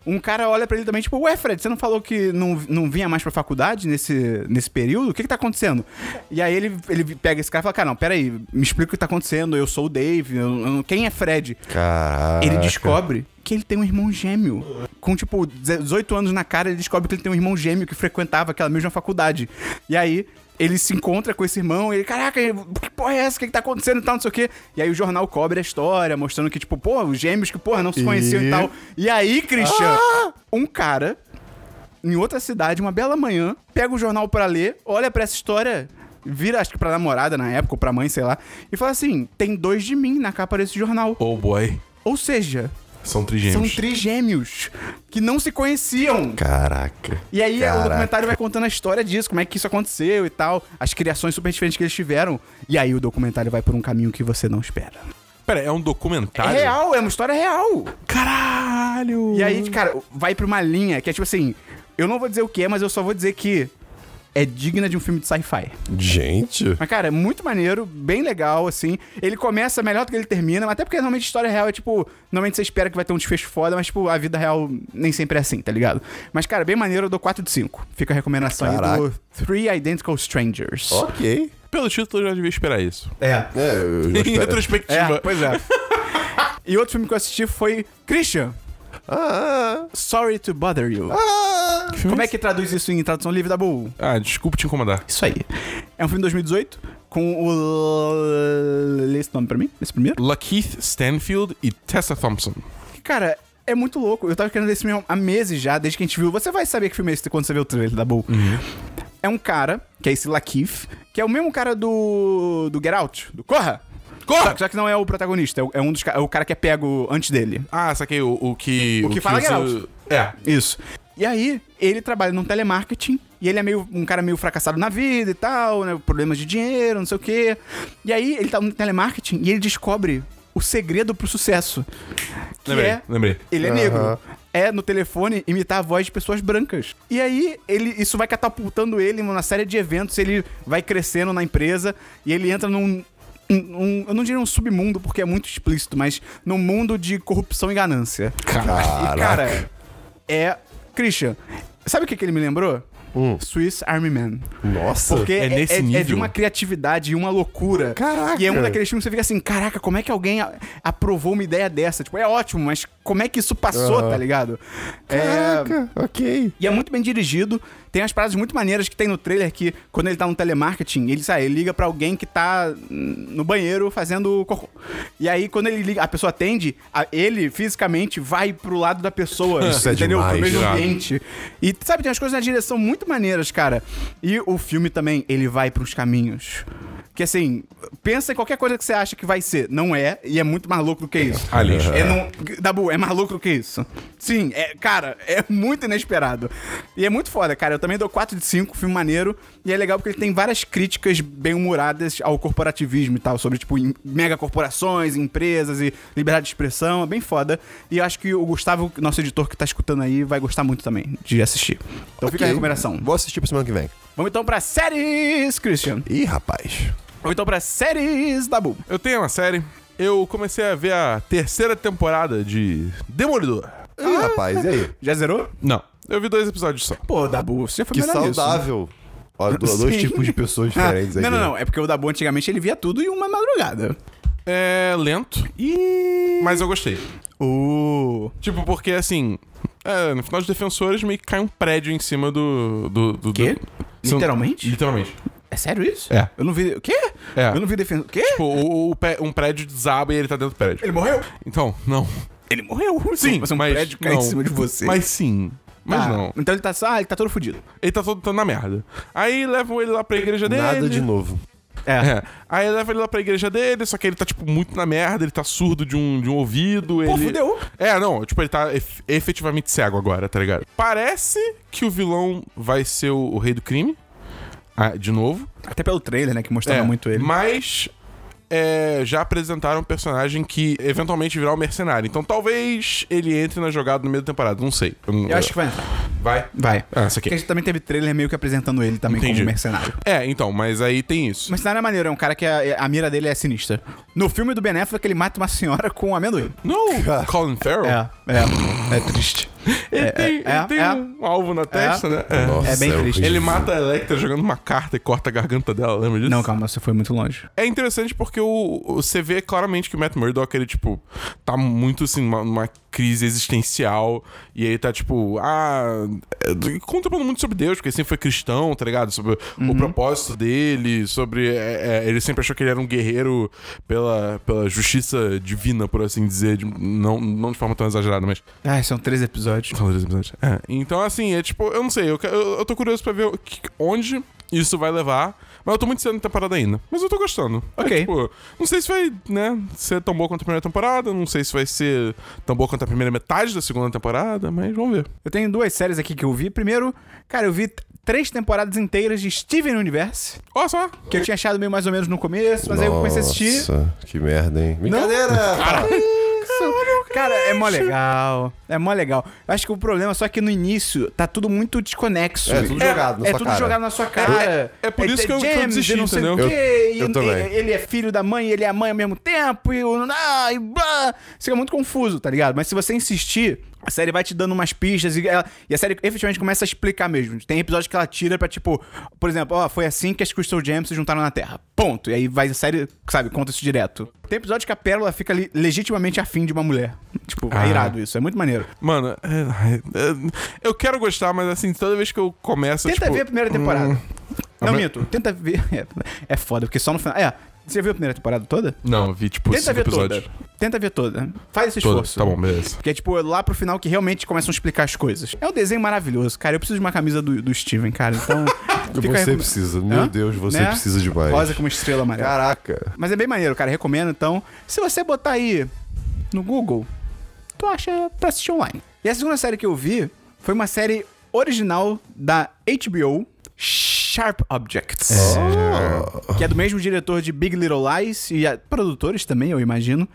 Speaker 1: um cara olha pra ele também, tipo, ué, Fred, você não falou que não, não vinha mais pra faculdade nesse, nesse período? O que que tá acontecendo? E aí ele, ele pega esse cara e fala, cara, não, peraí, me explica o que tá acontecendo, eu sou o Dave, eu- eu- quem é Fred?
Speaker 3: Caraca.
Speaker 1: Ele descobre que ele tem um irmão gêmeo. Com, tipo, 18 anos na cara, ele descobre que ele tem um irmão gêmeo que frequentava aquela mesma faculdade. E aí, ele se encontra com esse irmão e ele, caraca, que porra é essa? O que, que tá acontecendo e tal, não sei o quê. E aí o jornal cobre a história, mostrando que, tipo, pô, os gêmeos que, porra, não se conheciam e,
Speaker 3: E-
Speaker 1: tal. E aí, Christian, um cara em outra cidade, uma bela manhã, pega o jornal pra ler, olha pra essa história, vira, acho que pra namorada na época, ou pra mãe, sei lá, e fala assim: tem dois de mim na capa desse jornal.
Speaker 2: Oh boy,
Speaker 1: Ou seja,
Speaker 2: são
Speaker 1: são
Speaker 2: trigêmeos.
Speaker 1: trigêmeos que não se conheciam.
Speaker 3: Caraca.
Speaker 1: E aí o
Speaker 3: Caraca.
Speaker 1: documentário vai contando a história disso, como é que isso aconteceu e tal, as criações super diferentes que eles tiveram. E aí o documentário vai por um caminho que você não espera.
Speaker 2: Pera, é um documentário?
Speaker 1: É real, é uma história real.
Speaker 2: Caralho!
Speaker 1: E aí, cara, vai pra uma linha que é tipo assim, eu não vou dizer o que é, mas eu só vou dizer que é digna de um filme de sci-fi.
Speaker 3: Gente.
Speaker 1: Mas, cara, é muito maneiro, bem legal, assim. Ele começa melhor do que ele termina, mas até porque normalmente história real é tipo. Normalmente você espera que vai ter um desfecho foda, mas, tipo, a vida real nem sempre é assim, tá ligado? Mas, cara, bem maneiro, eu dou 4 de 5. Fica a recomendação aí do
Speaker 3: Caraca.
Speaker 1: Three Identical Strangers.
Speaker 3: Ok.
Speaker 2: Pelo título, eu já devia esperar isso.
Speaker 1: É.
Speaker 3: É, eu já
Speaker 2: em
Speaker 3: espero.
Speaker 2: retrospectiva.
Speaker 1: pois é. e outro filme que eu assisti foi Christian,
Speaker 3: Ah,
Speaker 1: Sorry to Bother You.
Speaker 3: ah.
Speaker 1: Como é que traduz isso em tradução livre da Bull?
Speaker 2: Ah, desculpa te incomodar.
Speaker 1: Isso aí. É um filme de 2018 com o. Lê esse nome pra mim, esse primeiro.
Speaker 2: Lakeith Stanfield e Tessa Thompson.
Speaker 1: Que, cara, é muito louco. Eu tava querendo ver esse filme há meses já, desde que a gente viu. Você vai saber que filme é esse quando você vê o trailer da Bull. É um cara, que é esse Lakif, que é o mesmo cara do. do Get Out, do Corra!
Speaker 2: Corra!
Speaker 1: Só, só que não é o protagonista, é, o- é um dos ca- é o cara que é pego antes dele.
Speaker 2: Ah, saquei o, o que.
Speaker 1: O que fala Geralt.
Speaker 2: É.
Speaker 1: Isso. E aí, ele trabalha num telemarketing e ele é meio um cara meio fracassado na vida e tal, né? Problemas de dinheiro, não sei o quê. E aí, ele tá no telemarketing e ele descobre o segredo pro sucesso. Que
Speaker 2: Lembrei,
Speaker 1: é,
Speaker 2: lembrei.
Speaker 1: Ele é
Speaker 3: Aham.
Speaker 1: negro. É no telefone imitar a voz de pessoas brancas. E aí, ele, isso vai catapultando ele numa série de eventos, ele vai crescendo na empresa e ele entra num. um- um- eu não diria um submundo, porque é muito explícito, mas num mundo de corrupção e ganância.
Speaker 3: Ah
Speaker 1: E, cara, é. Christian, sabe o que, que ele me lembrou? Swiss Army Man.
Speaker 3: Nossa.
Speaker 1: Porque é,
Speaker 2: É nesse
Speaker 1: é- é de
Speaker 2: nível?
Speaker 1: uma criatividade e uma loucura.
Speaker 3: Caraca.
Speaker 1: E é um daqueles filmes que você fica assim: caraca, como é que alguém a- aprovou uma ideia dessa? Tipo, é ótimo, mas como é que isso passou,
Speaker 3: Aham.
Speaker 1: tá ligado? É.
Speaker 3: Caraca, ok.
Speaker 1: E é muito bem dirigido. Tem umas paradas muito maneiras que tem no trailer que, quando ele tá no telemarketing, ele, sai, ele liga pra alguém que tá hum, no banheiro fazendo cocô. E aí, quando ele liga, a pessoa atende, a- ele fisicamente vai pro lado da pessoa.
Speaker 3: Isso é
Speaker 1: entendeu?
Speaker 3: demais,
Speaker 1: pro meio
Speaker 2: irado.
Speaker 1: ambiente. E, sabe, tem umas coisas na direção muito maneiras, cara. E o filme também, ele vai pros caminhos. Que assim, pensa em qualquer coisa que você acha que vai ser. Não é, e é muito mais louco do que isso.
Speaker 2: Aliens.
Speaker 1: É não, Dabu, é mais lucro que isso. Sim, é, cara, é muito inesperado. E é muito foda, cara. Eu também dou 4 de 5, filme maneiro. E é legal porque ele tem várias críticas bem-humoradas ao corporativismo e tal, sobre, tipo, em- mega corporações, empresas e liberdade de expressão. É bem foda. E eu acho que o Gustavo, nosso editor que tá escutando aí, vai gostar muito também de assistir. Então fica a
Speaker 3: Ok.
Speaker 1: recomendação.
Speaker 3: Vou assistir pra semana que vem.
Speaker 1: Vamos então pra séries, Christian.
Speaker 3: Ih, rapaz.
Speaker 1: Vamos então pra séries, Dabu.
Speaker 2: Eu tenho uma série. Eu comecei a ver a terceira temporada de Demolidor.
Speaker 3: Ih, rapaz, e aí?
Speaker 1: Já zerou?
Speaker 2: Não. Eu vi dois episódios só.
Speaker 1: Pô, Dabu, você já foi
Speaker 3: Que
Speaker 1: melhor nisso, né?
Speaker 3: saudável. Ó, do- dois
Speaker 1: Sim.
Speaker 3: tipos de pessoas
Speaker 1: Ah,
Speaker 3: diferentes aqui.
Speaker 1: não, não, não. É porque o Dabu antigamente ele via tudo em uma madrugada.
Speaker 2: É lento,
Speaker 1: E.
Speaker 2: mas eu gostei.
Speaker 1: O.
Speaker 2: Tipo, porque assim. é, no final de Defensores meio que cai um prédio em cima do. do, do
Speaker 1: Quê?
Speaker 2: do-
Speaker 1: Literalmente?
Speaker 2: Literalmente.
Speaker 1: É sério isso?
Speaker 2: É.
Speaker 1: Eu não vi. O quê?
Speaker 2: É.
Speaker 1: Eu não vi defesa. O quê?
Speaker 2: Tipo, o- o pé- um prédio desaba e ele tá dentro do prédio.
Speaker 1: Ele morreu?
Speaker 2: Então, não.
Speaker 1: Ele morreu.
Speaker 2: Sim,
Speaker 1: mas um
Speaker 2: mas
Speaker 1: prédio cai em
Speaker 2: não.
Speaker 1: cima de você.
Speaker 2: Mas sim. Mas
Speaker 1: Tá.
Speaker 2: não.
Speaker 1: Então ele tá. Ah, ele tá todo fudido.
Speaker 2: Ele tá todo tá na merda. Aí levam ele lá pra igreja dele.
Speaker 3: Nada de novo.
Speaker 2: É. Aí leva ele lá pra igreja dele, só que ele tá, tipo, muito na merda, ele tá surdo de um, de um ouvido.
Speaker 1: Pô,
Speaker 2: ele...
Speaker 1: fudeu.
Speaker 2: É, não, tipo, ele tá ef- efetivamente cego agora, tá ligado? Parece que o vilão vai ser o, o rei do crime. Ah, de novo.
Speaker 1: Até pelo trailer, né? Que mostrava
Speaker 2: É,
Speaker 1: muito ele.
Speaker 2: Mas. é, já apresentaram um personagem que eventualmente virá um mercenário. Então talvez ele entre na jogada no meio da temporada. Não sei. não-
Speaker 1: Eu acho que vai entrar.
Speaker 2: vai.
Speaker 1: Vai.
Speaker 2: Ah, isso
Speaker 1: Porque a
Speaker 2: aqui.
Speaker 1: gente também teve trailer meio que apresentando ele também
Speaker 2: Entendi.
Speaker 1: como mercenário.
Speaker 2: É, então, mas aí tem isso.
Speaker 1: Mas nada é maneiro, é um cara que a, a mira dele é sinistra. No filme do Ben Affleck, ele mata uma senhora com um amendoim.
Speaker 2: No! Colin Farrell?
Speaker 1: é. É triste.
Speaker 2: Ele
Speaker 1: É,
Speaker 2: tem,
Speaker 1: é,
Speaker 2: ele
Speaker 1: é,
Speaker 2: tem
Speaker 1: é.
Speaker 2: um alvo na testa, né? É.
Speaker 3: Nossa,
Speaker 1: É bem triste.
Speaker 3: horrível.
Speaker 2: Ele mata a Electra jogando uma carta e corta a garganta dela, lembra disso?
Speaker 1: Não, calma, você foi muito longe.
Speaker 2: É interessante porque o, o- você vê claramente que o Matt Murdock, ele, tipo, tá muito, assim, numa, numa crise existencial. E ele tá, tipo, ah... é, do- Contemplando muito sobre Deus, porque ele sempre foi cristão, tá ligado? Sobre o propósito dele, sobre... é, é, ele sempre achou que ele era um guerreiro pela, pela justiça divina, por assim dizer. de- não, não de forma tão exagerada, mas...
Speaker 1: Ah, são três episódios.
Speaker 2: São dois episódios. É. Então, assim, é tipo, eu não sei, eu, que- eu, eu tô curioso pra ver o que- onde isso vai levar. Mas eu tô muito cedo na temporada ainda. Mas eu tô gostando. É,
Speaker 1: Ok.
Speaker 2: tipo, não sei se vai, né, ser tão boa quanto a primeira temporada, não sei se vai ser tão boa quanto a primeira metade da segunda temporada, mas vamos ver.
Speaker 1: Eu tenho duas séries aqui que eu vi. Primeiro, cara, eu vi t- três temporadas inteiras de Steven Universe,
Speaker 2: Olha só!
Speaker 1: que eu tinha achado meio mais ou menos no começo, mas aí eu comecei a assistir.
Speaker 3: Nossa, que merda, hein? Brincadeira!
Speaker 1: Caralho, cara, Cara, é mó legal. É mó legal. Eu Acho que o problema só é que no início tá tudo muito desconexo.
Speaker 3: É, tudo jogado na
Speaker 1: é
Speaker 3: sua
Speaker 1: tudo
Speaker 3: cara.
Speaker 1: jogado na sua cara.
Speaker 2: é por isso que eu- que eu
Speaker 1: James,
Speaker 2: desisti,
Speaker 1: e não sei
Speaker 2: entendeu?
Speaker 1: O quê, e-
Speaker 3: Eu- eu
Speaker 1: e-
Speaker 3: também.
Speaker 1: ele é filho da mãe, ele é a mãe ao mesmo tempo, e, o- ah, e blá. Fica muito confuso, tá ligado? Mas se você insistir, a série vai te dando umas pistas e, ela- e a série efetivamente começa a explicar mesmo. Tem episódios que ela tira pra, tipo, por exemplo, ó, foi assim que as Crystal Gems se juntaram na Terra. Ponto. E aí vai a série, sabe, conta isso direto. Tem episódio que a Pérola fica ali legitimamente afim de uma mulher. Tipo,
Speaker 2: Ah.
Speaker 1: é irado isso. É muito maneiro.
Speaker 2: Mano, é- é- eu quero gostar, mas assim, toda vez que eu começo.
Speaker 1: Tenta
Speaker 2: tipo,
Speaker 1: ver a primeira temporada. Não,
Speaker 2: mas-
Speaker 1: minto. Tenta ver. É, é foda, porque só no final. É, você viu a primeira temporada toda?
Speaker 2: Não, vi tipo
Speaker 1: Tenta
Speaker 2: cinco
Speaker 1: ver
Speaker 2: episódios.
Speaker 1: toda. Tenta ver toda. Faz esse
Speaker 2: Toda.
Speaker 1: esforço.
Speaker 2: Tá bom, beleza.
Speaker 1: Porque é tipo lá pro final que realmente começam a explicar as coisas. É um desenho maravilhoso, cara. Eu preciso de uma camisa do, do Steven, cara. Então. fica
Speaker 3: Você
Speaker 1: recom-
Speaker 3: precisa, meu
Speaker 1: Hã?
Speaker 3: Deus, você
Speaker 1: Né?
Speaker 3: precisa demais.
Speaker 1: Rosa com uma estrela amarela.
Speaker 3: Caraca.
Speaker 1: Mas é bem maneiro, cara. Recomendo. Então, se você botar aí no Google, tu acha pra assistir online. E a segunda série que eu vi foi uma série original da HBO, Sharp Objects. Que é do mesmo diretor de Big Little Lies e a- produtores também, eu imagino.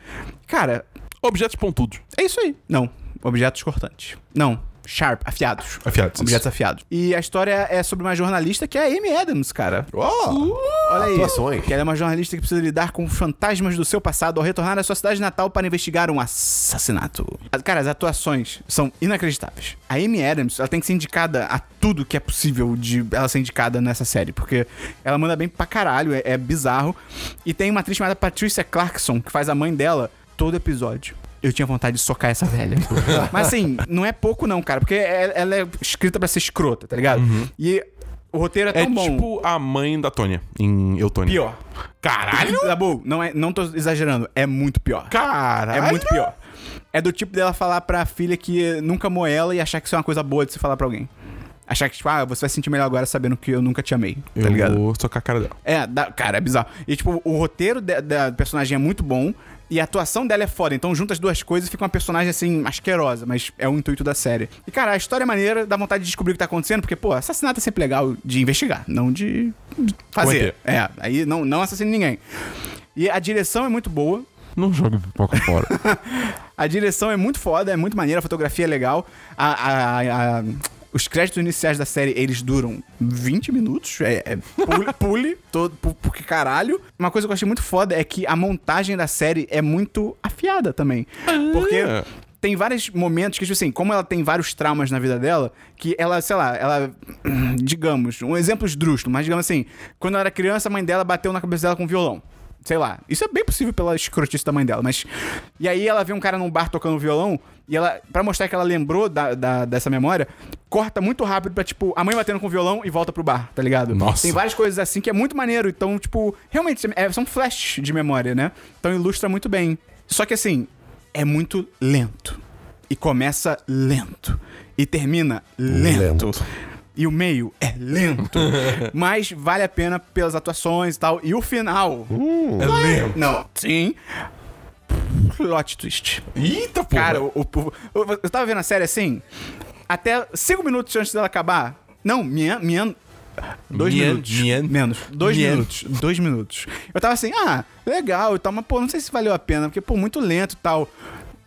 Speaker 1: Cara,
Speaker 2: Objetos pontudos.
Speaker 1: é isso aí. Não, objetos cortantes. Não, sharp, afiados.
Speaker 2: Afiados, isso.
Speaker 1: Objetos afiados. E a história é sobre uma jornalista que é a Amy Adams, cara.
Speaker 3: Oh,
Speaker 1: Olha aí.
Speaker 3: Atuações.
Speaker 1: Que ela é uma jornalista que precisa lidar com fantasmas do seu passado ao retornar à sua cidade natal para investigar um assassinato. As- Cara, as atuações são inacreditáveis. A Amy Adams, ela tem que ser indicada a tudo que é possível de ela ser indicada nessa série, porque ela manda bem pra caralho, é, é bizarro. E tem uma atriz chamada Patricia Clarkson, que faz a mãe dela todo episódio. Eu tinha vontade de socar essa velha. Mas assim, não é pouco não, cara, porque é- ela é escrita pra ser escrota, tá ligado? E o roteiro é tão
Speaker 2: É
Speaker 1: bom.
Speaker 2: tipo a mãe da Tônia em Eu Tônia.
Speaker 1: Pior.
Speaker 2: Caralho!
Speaker 1: Dabu, não, é, não tô exagerando, é muito pior.
Speaker 2: Caralho!
Speaker 1: É muito pior. É do tipo dela falar pra filha que nunca amou ela e achar que isso é uma coisa boa de se falar pra alguém. Achar que, tipo, ah, você vai se sentir melhor agora sabendo que eu nunca te amei, tá
Speaker 2: Eu
Speaker 1: ligado?
Speaker 2: vou socar a cara dela.
Speaker 1: É, da- cara, é bizarro. E, tipo, o roteiro de- da personagem é muito bom e a atuação dela é foda. Então, junta as duas coisas fica uma personagem, assim, asquerosa, mas é o intuito da série. E, cara, a história é maneira, dá vontade de descobrir o que tá acontecendo, porque, pô, assassinato é sempre legal de investigar, não de fazer.
Speaker 2: Cometer.
Speaker 1: É, aí não, não assassina ninguém. E a direção é muito boa,
Speaker 2: Não jogue pipoca fora.
Speaker 1: a direção é muito foda, é muito maneira, a fotografia é legal. A- a- a- a- os créditos iniciais da série, eles duram 20 minutos. É, é pule, pule todo, pu- porque caralho. Uma coisa que eu achei muito foda é que a montagem da série é muito afiada também. Porque
Speaker 2: É.
Speaker 1: tem vários momentos que, tipo assim, como ela tem vários traumas na vida dela, que ela, sei lá, ela. Digamos, um exemplo esdrúxulo, mas digamos assim, quando ela era criança, a mãe dela bateu na cabeça dela com um violão. Sei lá, isso é bem possível pela escrotice da mãe dela, mas. E aí ela vê um cara num bar tocando violão, e ela, pra mostrar que ela lembrou da, da- dessa memória, corta muito rápido pra, tipo, a mãe batendo com o violão e volta pro bar, tá ligado?
Speaker 2: Nossa.
Speaker 1: Tem várias coisas assim que é muito maneiro. Então, tipo, realmente é- são flash de memória, né? Então ilustra muito bem. Só que assim, é muito lento. E começa lento. E termina lento.
Speaker 3: Lento.
Speaker 1: E o meio é lento. Mas vale a pena pelas atuações e tal. E o final.
Speaker 2: É lento.
Speaker 1: Não. Sim. Plot twist.
Speaker 2: Eita, porra!
Speaker 1: Cara, o, o- o- eu tava vendo a série assim, até cinco minutos antes dela acabar. Não, minha. minha dois
Speaker 2: Minha-
Speaker 1: minutos.
Speaker 2: minha-
Speaker 1: menos. Dois
Speaker 2: minha-
Speaker 1: minutos. Dois minutos. Eu tava assim, ah, legal e tal, mas pô, não sei se valeu a pena, porque, pô, muito lento e tal.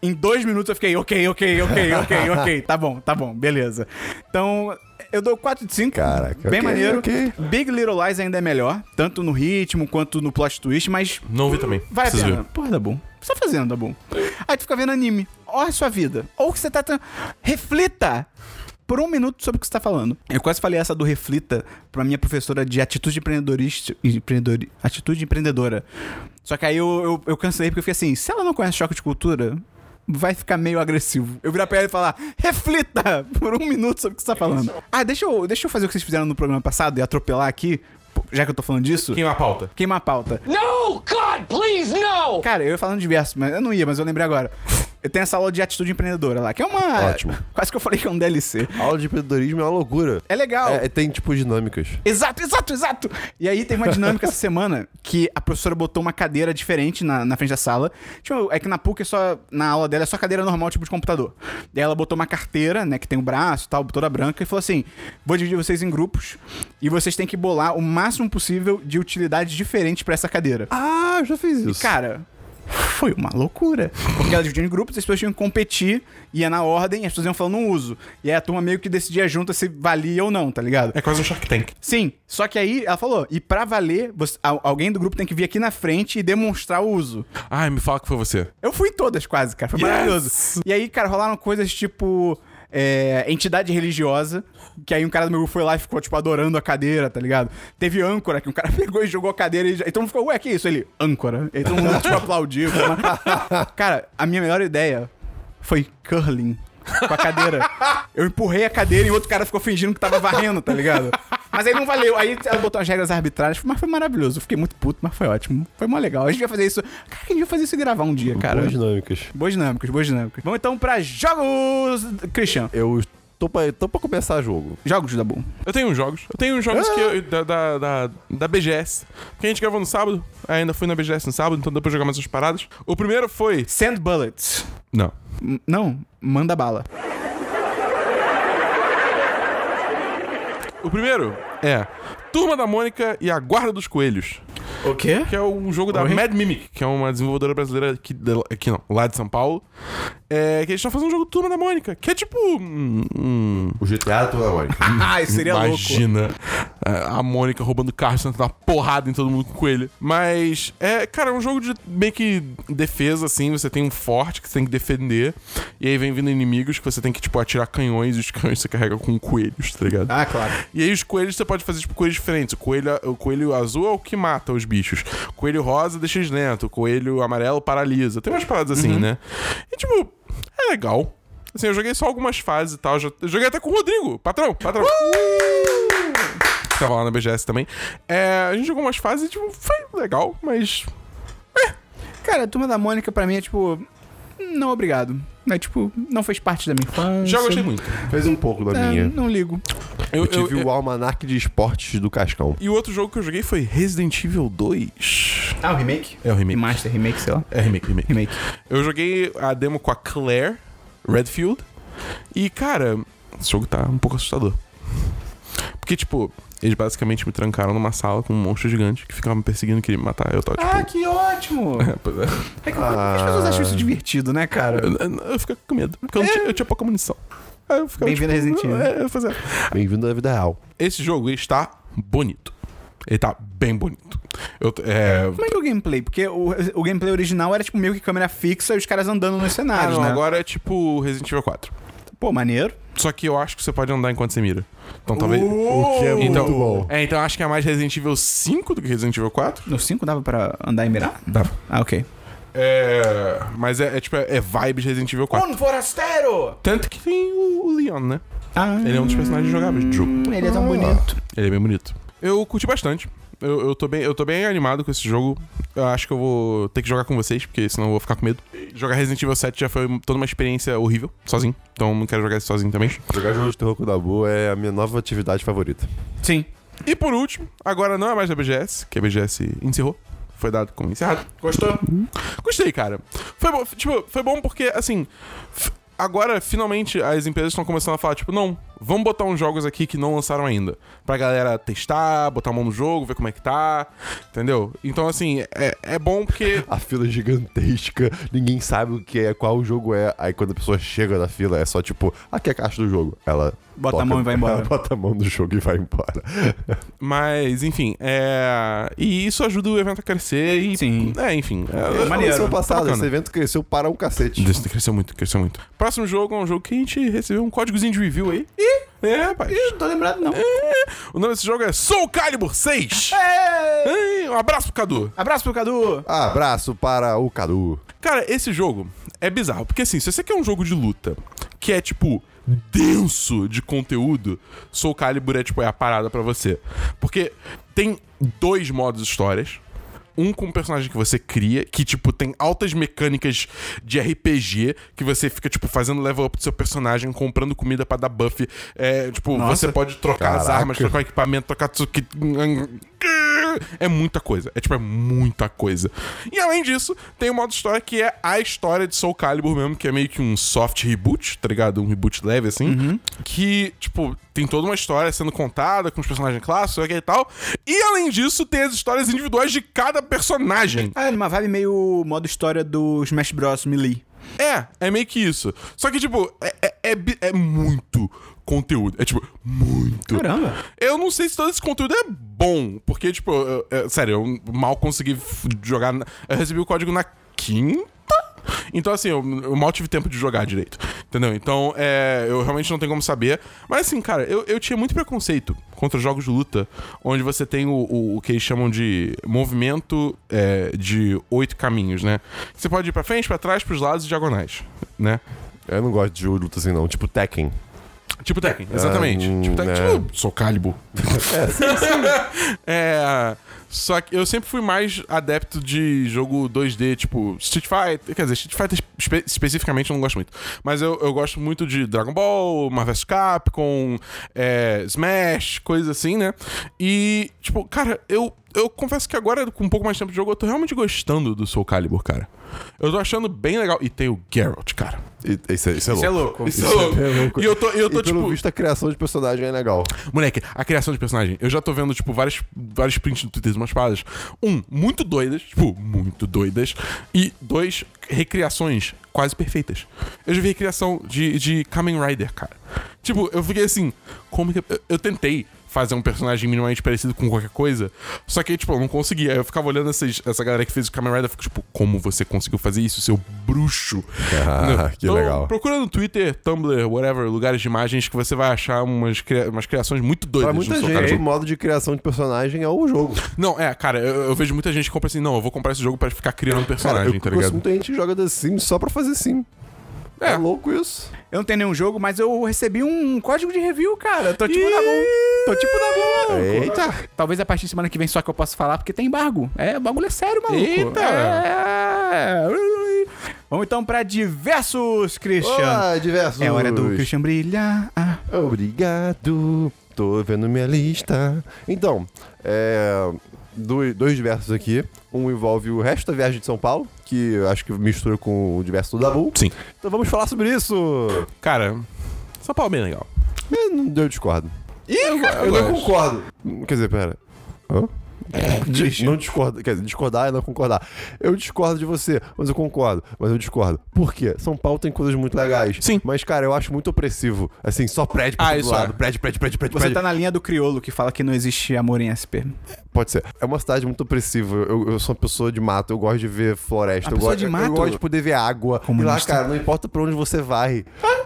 Speaker 1: Em dois minutos eu fiquei, ok, ok, ok, ok, ok, tá bom, tá bom, beleza. Então, eu dou 4 de 5.
Speaker 3: Caraca,
Speaker 1: Bem
Speaker 3: ok,
Speaker 1: maneiro.
Speaker 3: ok.
Speaker 1: Big Little Lies ainda é melhor, tanto no ritmo quanto no plot twist, mas
Speaker 2: Não vi também.
Speaker 1: Vai a
Speaker 2: Preciso
Speaker 1: pena.
Speaker 2: ver.
Speaker 1: Porra, dá bom. O que você tá fazendo, dá bom. Aí tu fica vendo anime. Olha a sua vida. Ou que você tá. tran- Reflita! Por um minuto sobre o que você tá falando. Eu quase falei essa do reflita pra minha professora de atitude empreendedorista. Empreendedor, atitude empreendedora. Só que aí eu, eu, eu cancelei porque eu fiquei assim: se ela não conhece choque de cultura, vai ficar meio agressivo. Eu virar pra ela e falar: reflita por um minuto sobre o que você tá falando. Ah, deixa eu, deixa eu fazer o que vocês fizeram no programa passado e atropelar aqui, pô, já que eu tô falando disso.
Speaker 2: Queima a pauta.
Speaker 1: Queima a pauta.
Speaker 4: No! God, please, no!
Speaker 1: Cara, eu ia falando diverso, mas eu não ia, mas eu lembrei agora. Eu tenho essa aula de atitude empreendedora lá, que é uma.
Speaker 3: Ótimo.
Speaker 1: Quase que eu falei que é um DLC.
Speaker 3: Aula de empreendedorismo é uma loucura.
Speaker 1: É legal.
Speaker 3: É, tem, tipo, dinâmicas.
Speaker 1: Exato, exato, exato! E aí tem uma dinâmica essa semana que a professora botou uma cadeira diferente na, na frente da sala. Tipo, é que na PUC é só. Na aula dela é só cadeira normal, tipo de computador. Daí ela botou uma carteira, né, que tem o braço e tal, toda branca, e falou assim: vou dividir vocês em grupos e vocês têm que bolar o máximo possível de utilidades diferentes pra essa cadeira.
Speaker 3: Ah, eu já fiz isso.
Speaker 1: Cara, foi uma loucura. Porque ela dividiu em grupos, as pessoas tinham que competir, ia na ordem, as pessoas iam falando um uso. E aí a turma meio que decidia junto se valia ou não, tá ligado?
Speaker 2: É quase um Shark Tank.
Speaker 1: Sim, só que aí ela falou, e pra valer, você- al- alguém do grupo tem que vir aqui na frente e demonstrar o uso.
Speaker 2: Ai, me fala que foi você.
Speaker 1: Eu fui em todas quase, cara, foi
Speaker 2: Yes!
Speaker 1: maravilhoso. E aí, cara, rolaram coisas tipo é, entidade religiosa, que aí um cara do meu grupo foi lá e ficou, tipo, adorando a cadeira, tá ligado? Teve âncora, que um cara pegou e jogou a cadeira e, já- e todo mundo ficou, ué, que isso? Ele, âncora. E aí todo mundo, tipo, aplaudiu. foi uma- cara, a minha melhor ideia foi curling. Com a cadeira. Eu empurrei a cadeira e o outro cara ficou fingindo que tava varrendo, tá ligado? Mas aí não valeu. Aí ela botou as regras arbitrárias, mas foi maravilhoso. Eu fiquei muito puto, mas foi ótimo. Foi mó legal. A gente vai fazer isso. Cara, a gente vai fazer isso e gravar um dia, cara.
Speaker 3: Boas dinâmicas.
Speaker 1: Boas dinâmicas, boas dinâmicas. Vamos então pra jogos, Christian.
Speaker 3: Eu tô pra, tô pra começar jogo.
Speaker 1: Jogos da Boom.
Speaker 2: Eu tenho uns jogos. Eu tenho uns jogos que
Speaker 1: Ah.
Speaker 2: eu- da, da, da, da BGS. Porque a gente gravou no sábado. Ainda fui na BGS no sábado, então deu pra jogar mais umas paradas. O primeiro foi.
Speaker 1: Send Bullets.
Speaker 2: Não.
Speaker 1: M- não, manda bala.
Speaker 2: O primeiro é Turma da Mônica e a Guarda dos Coelhos.
Speaker 1: O quê?
Speaker 2: Que é um jogo da
Speaker 1: Oi?
Speaker 2: Mad Mimic, que é uma desenvolvedora brasileira aqui, de- aqui não, lá de São Paulo. É, que eles estão fazendo um jogo Turma da Mônica, que é tipo. hum, hum,
Speaker 3: O GTA do Mônica.
Speaker 1: Ah, isso seria louco.
Speaker 2: Imagina é, a a Mônica roubando carro, sentando uma porrada em todo mundo com ele. Mas, é, cara, é um jogo de meio que defesa, assim. Você tem um forte que você tem que defender. E aí vem vindo inimigos que você tem que, tipo, atirar canhões. E os canhões você carrega com coelhos, tá ligado?
Speaker 1: Ah, claro.
Speaker 2: E aí os coelhos você pode fazer, tipo, coelhos diferentes. O coelho, o coelho azul é o que mata os bichos. O coelho rosa deixa eles lento. O coelho amarelo paralisa. Tem umas paradas
Speaker 3: Uhum.
Speaker 2: assim, né? E, tipo, é legal. Assim, eu joguei só algumas fases e tal. Já, eu joguei até com o Rodrigo, patrão, patrão. Que Tava lá na BGS também. É, a gente jogou umas fases e, tipo, foi legal, mas...
Speaker 1: Cara, a turma da Mônica pra mim é tipo. Não, obrigado. É tipo, não fez parte da minha infância.
Speaker 2: Já gostei muito.
Speaker 3: Fez um pouco da
Speaker 1: É,
Speaker 3: minha.
Speaker 1: não ligo.
Speaker 2: Eu,
Speaker 3: Eu tive o Almanac de Esportes do Cascão.
Speaker 2: E o outro jogo que eu joguei foi Resident Evil 2.
Speaker 1: Ah, o remake?
Speaker 2: É o remake.
Speaker 1: Remaster, remake, sei lá.
Speaker 2: É remake, remake.
Speaker 1: Remake.
Speaker 2: Eu joguei a demo com a Claire Redfield. E, cara, esse jogo tá um pouco assustador. Porque, tipo, eles basicamente me trancaram numa sala com um monstro gigante que ficava me perseguindo e queria me matar. Eu tava, tipo.
Speaker 1: Ah, que ótimo!
Speaker 2: é, pois é.
Speaker 1: É que as pessoas acham isso divertido, né, cara?
Speaker 2: Eu, eu fiquei com medo, porque eu, não tinha, eu tinha pouca munição. Aí eu ficava.
Speaker 1: Bem-vindo a Resident Evil.
Speaker 2: É, eu fazia-
Speaker 3: Bem-vindo à vida real.
Speaker 2: Esse jogo está bonito. Ele tá bem bonito. Eu, t- é,
Speaker 1: Como é que é o gameplay? Porque o, o gameplay original era tipo meio que câmera fixa e os caras andando nos
Speaker 2: ah,
Speaker 1: cenários,
Speaker 2: não,
Speaker 1: né?
Speaker 2: agora é tipo Resident Evil 4.
Speaker 1: Pô, maneiro.
Speaker 2: Só que eu acho que você pode andar enquanto você mira. Então talvez.
Speaker 3: O que é muito
Speaker 2: então,
Speaker 3: bom.
Speaker 2: É, então acho que é mais Resident Evil 5 do que Resident Evil 4.
Speaker 1: No 5 dava pra andar e mirar?
Speaker 2: Dava.
Speaker 1: Ah, ok.
Speaker 2: É. Mas é, é tipo, é, é vibe de Resident Evil 4.
Speaker 1: forastero!
Speaker 2: Tanto que tem o, o Leon, né?
Speaker 1: Ah,
Speaker 2: Ele é um dos personagens jogáveis do jogo.
Speaker 1: ele é tão bonito.
Speaker 2: Ele é bem bonito. Eu curti bastante. Eu, eu, tô bem, eu tô bem animado com esse jogo. Eu acho que eu vou ter que jogar com vocês, porque senão eu vou ficar com medo. Jogar Resident Evil 7 já foi toda uma experiência horrível, sozinho. Então eu não quero jogar isso sozinho também.
Speaker 3: Jogar jogo de terror com o Dabu é a minha nova atividade favorita.
Speaker 1: Sim.
Speaker 2: E por último, agora não é mais da BGS, que a BGS encerrou. Foi dado como encerrado.
Speaker 1: Gostou?
Speaker 2: Gostei, cara. Foi bom, tipo, foi bom porque, assim. f- Agora, finalmente, as empresas estão começando a falar, tipo, não, vamos botar uns jogos aqui que não lançaram ainda. Pra galera testar, botar a mão no jogo, ver como é que tá. Entendeu? Então, assim, é, é bom porque.
Speaker 3: A fila é gigantesca, ninguém sabe o que é, qual jogo é. Aí quando a pessoa chega na fila, é só tipo, aqui é a caixa do jogo. Ela
Speaker 1: Bota a mão e vai embora.
Speaker 3: Ela bota a mão no jogo e vai embora.
Speaker 2: Mas, enfim, é. E isso ajuda o evento a crescer e.
Speaker 1: Sim.
Speaker 2: É, enfim.
Speaker 1: É maneiro,
Speaker 3: Ano passado,
Speaker 2: bacana.
Speaker 3: esse evento cresceu para um cacete.
Speaker 2: Isso Cresceu muito, cresceu muito. Próximo jogo é um jogo que a gente recebeu um códigozinho de review aí. Ih! É, rapaz.
Speaker 1: Não tô lembrado, não.
Speaker 2: O nome desse jogo é Soul Calibur 6.
Speaker 1: É.
Speaker 2: Ei, Um abraço pro Cadu.
Speaker 1: Abraço pro Cadu.
Speaker 3: Abraço para o Cadu.
Speaker 2: Cara, esse jogo é bizarro, porque assim, se você quer um jogo de luta que é tipo denso de conteúdo, Soul Calibur é tipo é a parada pra você. Porque tem dois modos histórias. Um com um personagem que você cria, que, tipo, tem altas mecânicas de RPG, que você fica, tipo, fazendo level up do seu personagem, comprando comida pra dar buff. É, tipo,
Speaker 1: Nossa.
Speaker 2: você pode trocar as
Speaker 3: Caraca.
Speaker 2: armas, trocar o equipamento, trocar tudo que. Porque hum, é muita coisa. É tipo, é muita coisa. E além disso, tem o modo história que é a história de Soul Calibur mesmo, que é meio que um soft reboot, tá ligado? Um reboot leve assim. Que, tipo, tem toda uma história sendo contada com os personagens clássicos ok, e tal. E além disso, tem as histórias individuais de cada personagem.
Speaker 1: Ah, numa vibe meio modo história do Smash Bros. Melee.
Speaker 2: É, é meio que isso. Só que, tipo, é, é, é bi- é muito conteúdo. É, tipo, muito.
Speaker 1: Caramba.
Speaker 2: Eu não sei se todo esse conteúdo é bom, porque, tipo, eu- eu- sério, eu mal consegui f- jogar. na- Eu recebi o código na quinta. Então, assim, eu, eu mal tive tempo de jogar direito. Entendeu? Então, é, eu realmente não tenho como saber. Mas, assim, cara, eu, eu tinha muito preconceito contra jogos de luta, onde você tem o, o- o que eles chamam de movimento é, de oito caminhos, né? Você pode ir pra frente, pra trás, pros lados e diagonais, né?
Speaker 3: Eu não gosto de jogo de luta assim, não. Tipo Tekken.
Speaker 2: Tipo Tekken, exatamente.
Speaker 3: hum,
Speaker 2: tipo Tekken.
Speaker 3: é.
Speaker 2: Tipo, sou Calibur. é, só que eu sempre fui mais adepto de jogo 2D, tipo Street Fighter. Quer dizer, Street Fighter espe- especificamente eu não gosto muito. Mas eu, eu gosto muito de Dragon Ball, Marvel's Capcom, é, Smash, coisas assim, né? E, tipo, cara, eu, eu confesso que agora, com um pouco mais de tempo de jogo, eu tô realmente gostando do Soul Calibur, cara. Eu tô achando bem legal. E tem o Geralt, cara.
Speaker 3: E- Isso é, isso é louco.
Speaker 1: louco.
Speaker 2: Isso é louco.
Speaker 3: É louco.
Speaker 2: E eu tô, e eu tô
Speaker 3: e pelo
Speaker 2: tipo.
Speaker 3: visto, a criação de personagem é legal.
Speaker 2: Moleque, a criação de personagem. Eu já tô vendo, tipo, vários, vários prints no Twitter de umas paradas. Um, muito doidas. Tipo, muito doidas. E dois, recriações quase perfeitas. Eu já vi recriação de, de Kamen Rider, cara. Tipo, eu fiquei assim, como que. eu- Eu tentei fazer um personagem minimamente parecido com qualquer coisa. Só que, tipo, eu não conseguia. Eu ficava olhando essas, essa galera que fez o Kamen Rider eu fico, tipo, como você conseguiu fazer isso, seu bruxo?
Speaker 3: Ah, que legal.
Speaker 2: Então, Procura no Twitter, Tumblr, whatever, lugares de imagens que você vai achar umas, cria- umas criações muito doidas.
Speaker 3: Pra muita
Speaker 2: no seu cara.
Speaker 3: gente, o modo de criação de personagem é o jogo.
Speaker 2: Não, é, cara, eu, eu vejo muita gente que compra assim, não, eu vou comprar esse jogo pra ficar criando
Speaker 3: Cara, eu
Speaker 2: personagem, tá
Speaker 3: conheço
Speaker 2: ligado?
Speaker 3: muita gente que joga The Sims só pra fazer sim. É, louco isso.
Speaker 1: Eu não tenho nenhum jogo, mas eu recebi um código de review, cara. Eu Tô tipo na mão. Tô tipo na mão, maluco.
Speaker 3: Eita.
Speaker 1: Talvez a partir de semana que vem só que eu posso falar, porque tem embargo. É, o bagulho é sério, maluco.
Speaker 2: Eita.
Speaker 1: É. Vamos então pra diversos, Christian.
Speaker 3: Olá, diversos.
Speaker 1: É hora do Christian brilhar. Ah,
Speaker 3: Obrigado. Tô vendo minha lista. Então, é, do- dois diversos aqui. Um envolve o resto da viagem de São Paulo, que eu acho que mistura com o diverso do Dabu.
Speaker 2: Sim.
Speaker 3: Então vamos falar sobre isso.
Speaker 2: Cara, São Paulo é bem legal.
Speaker 3: Eu não eu discordo.
Speaker 2: Ih,
Speaker 3: Eu não concordo. Quer dizer, pera. Hã? Di- Não discordo, quer dizer, discordar é não concordar. Eu discordo de você, mas eu concordo, mas eu discordo. Por quê? São Paulo tem coisas muito legais.
Speaker 2: Sim.
Speaker 3: Mas, cara, eu acho muito opressivo. Assim, só prédio pra
Speaker 2: Ah,
Speaker 3: todo
Speaker 2: isso
Speaker 3: lado.
Speaker 2: é.
Speaker 3: Prédio, prédio, prédio, prédio,
Speaker 1: você
Speaker 3: prédio.
Speaker 1: tá na linha do criolo que fala que não existe amor em SP.
Speaker 3: Pode ser. É uma cidade muito opressiva. Eu, eu sou uma pessoa de mato, eu gosto de ver floresta. Eu
Speaker 1: pessoa
Speaker 3: gosto,
Speaker 1: de
Speaker 3: eu
Speaker 1: mato?
Speaker 3: gosto de poder ver água. E lá,
Speaker 1: Comunista.
Speaker 3: cara, não importa pra onde você vai.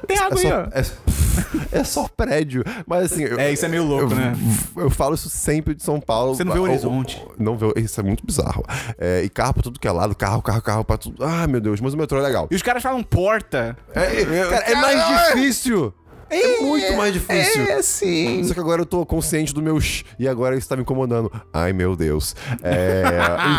Speaker 1: tem
Speaker 3: é,
Speaker 1: água aí,
Speaker 3: só,
Speaker 1: ó.
Speaker 3: é, é só prédio. Mas assim. eu-
Speaker 1: É, isso é meio louco,
Speaker 3: eu,
Speaker 1: né?
Speaker 3: Eu falo isso sempre de São Paulo.
Speaker 1: Você não vê o
Speaker 3: Ah,
Speaker 1: horizonte.
Speaker 3: Não vê. o- Isso é muito bizarro. É, e carro pra tudo que é lado, carro, carro, carro pra tudo. Ah, meu Deus, mas o metrô é legal.
Speaker 1: E os caras falam porta.
Speaker 3: É, cara, é mais difícil. É muito mais difícil. É, sim. Só que agora eu tô consciente do meu sh, e agora isso tá me incomodando. Ai, meu Deus. É,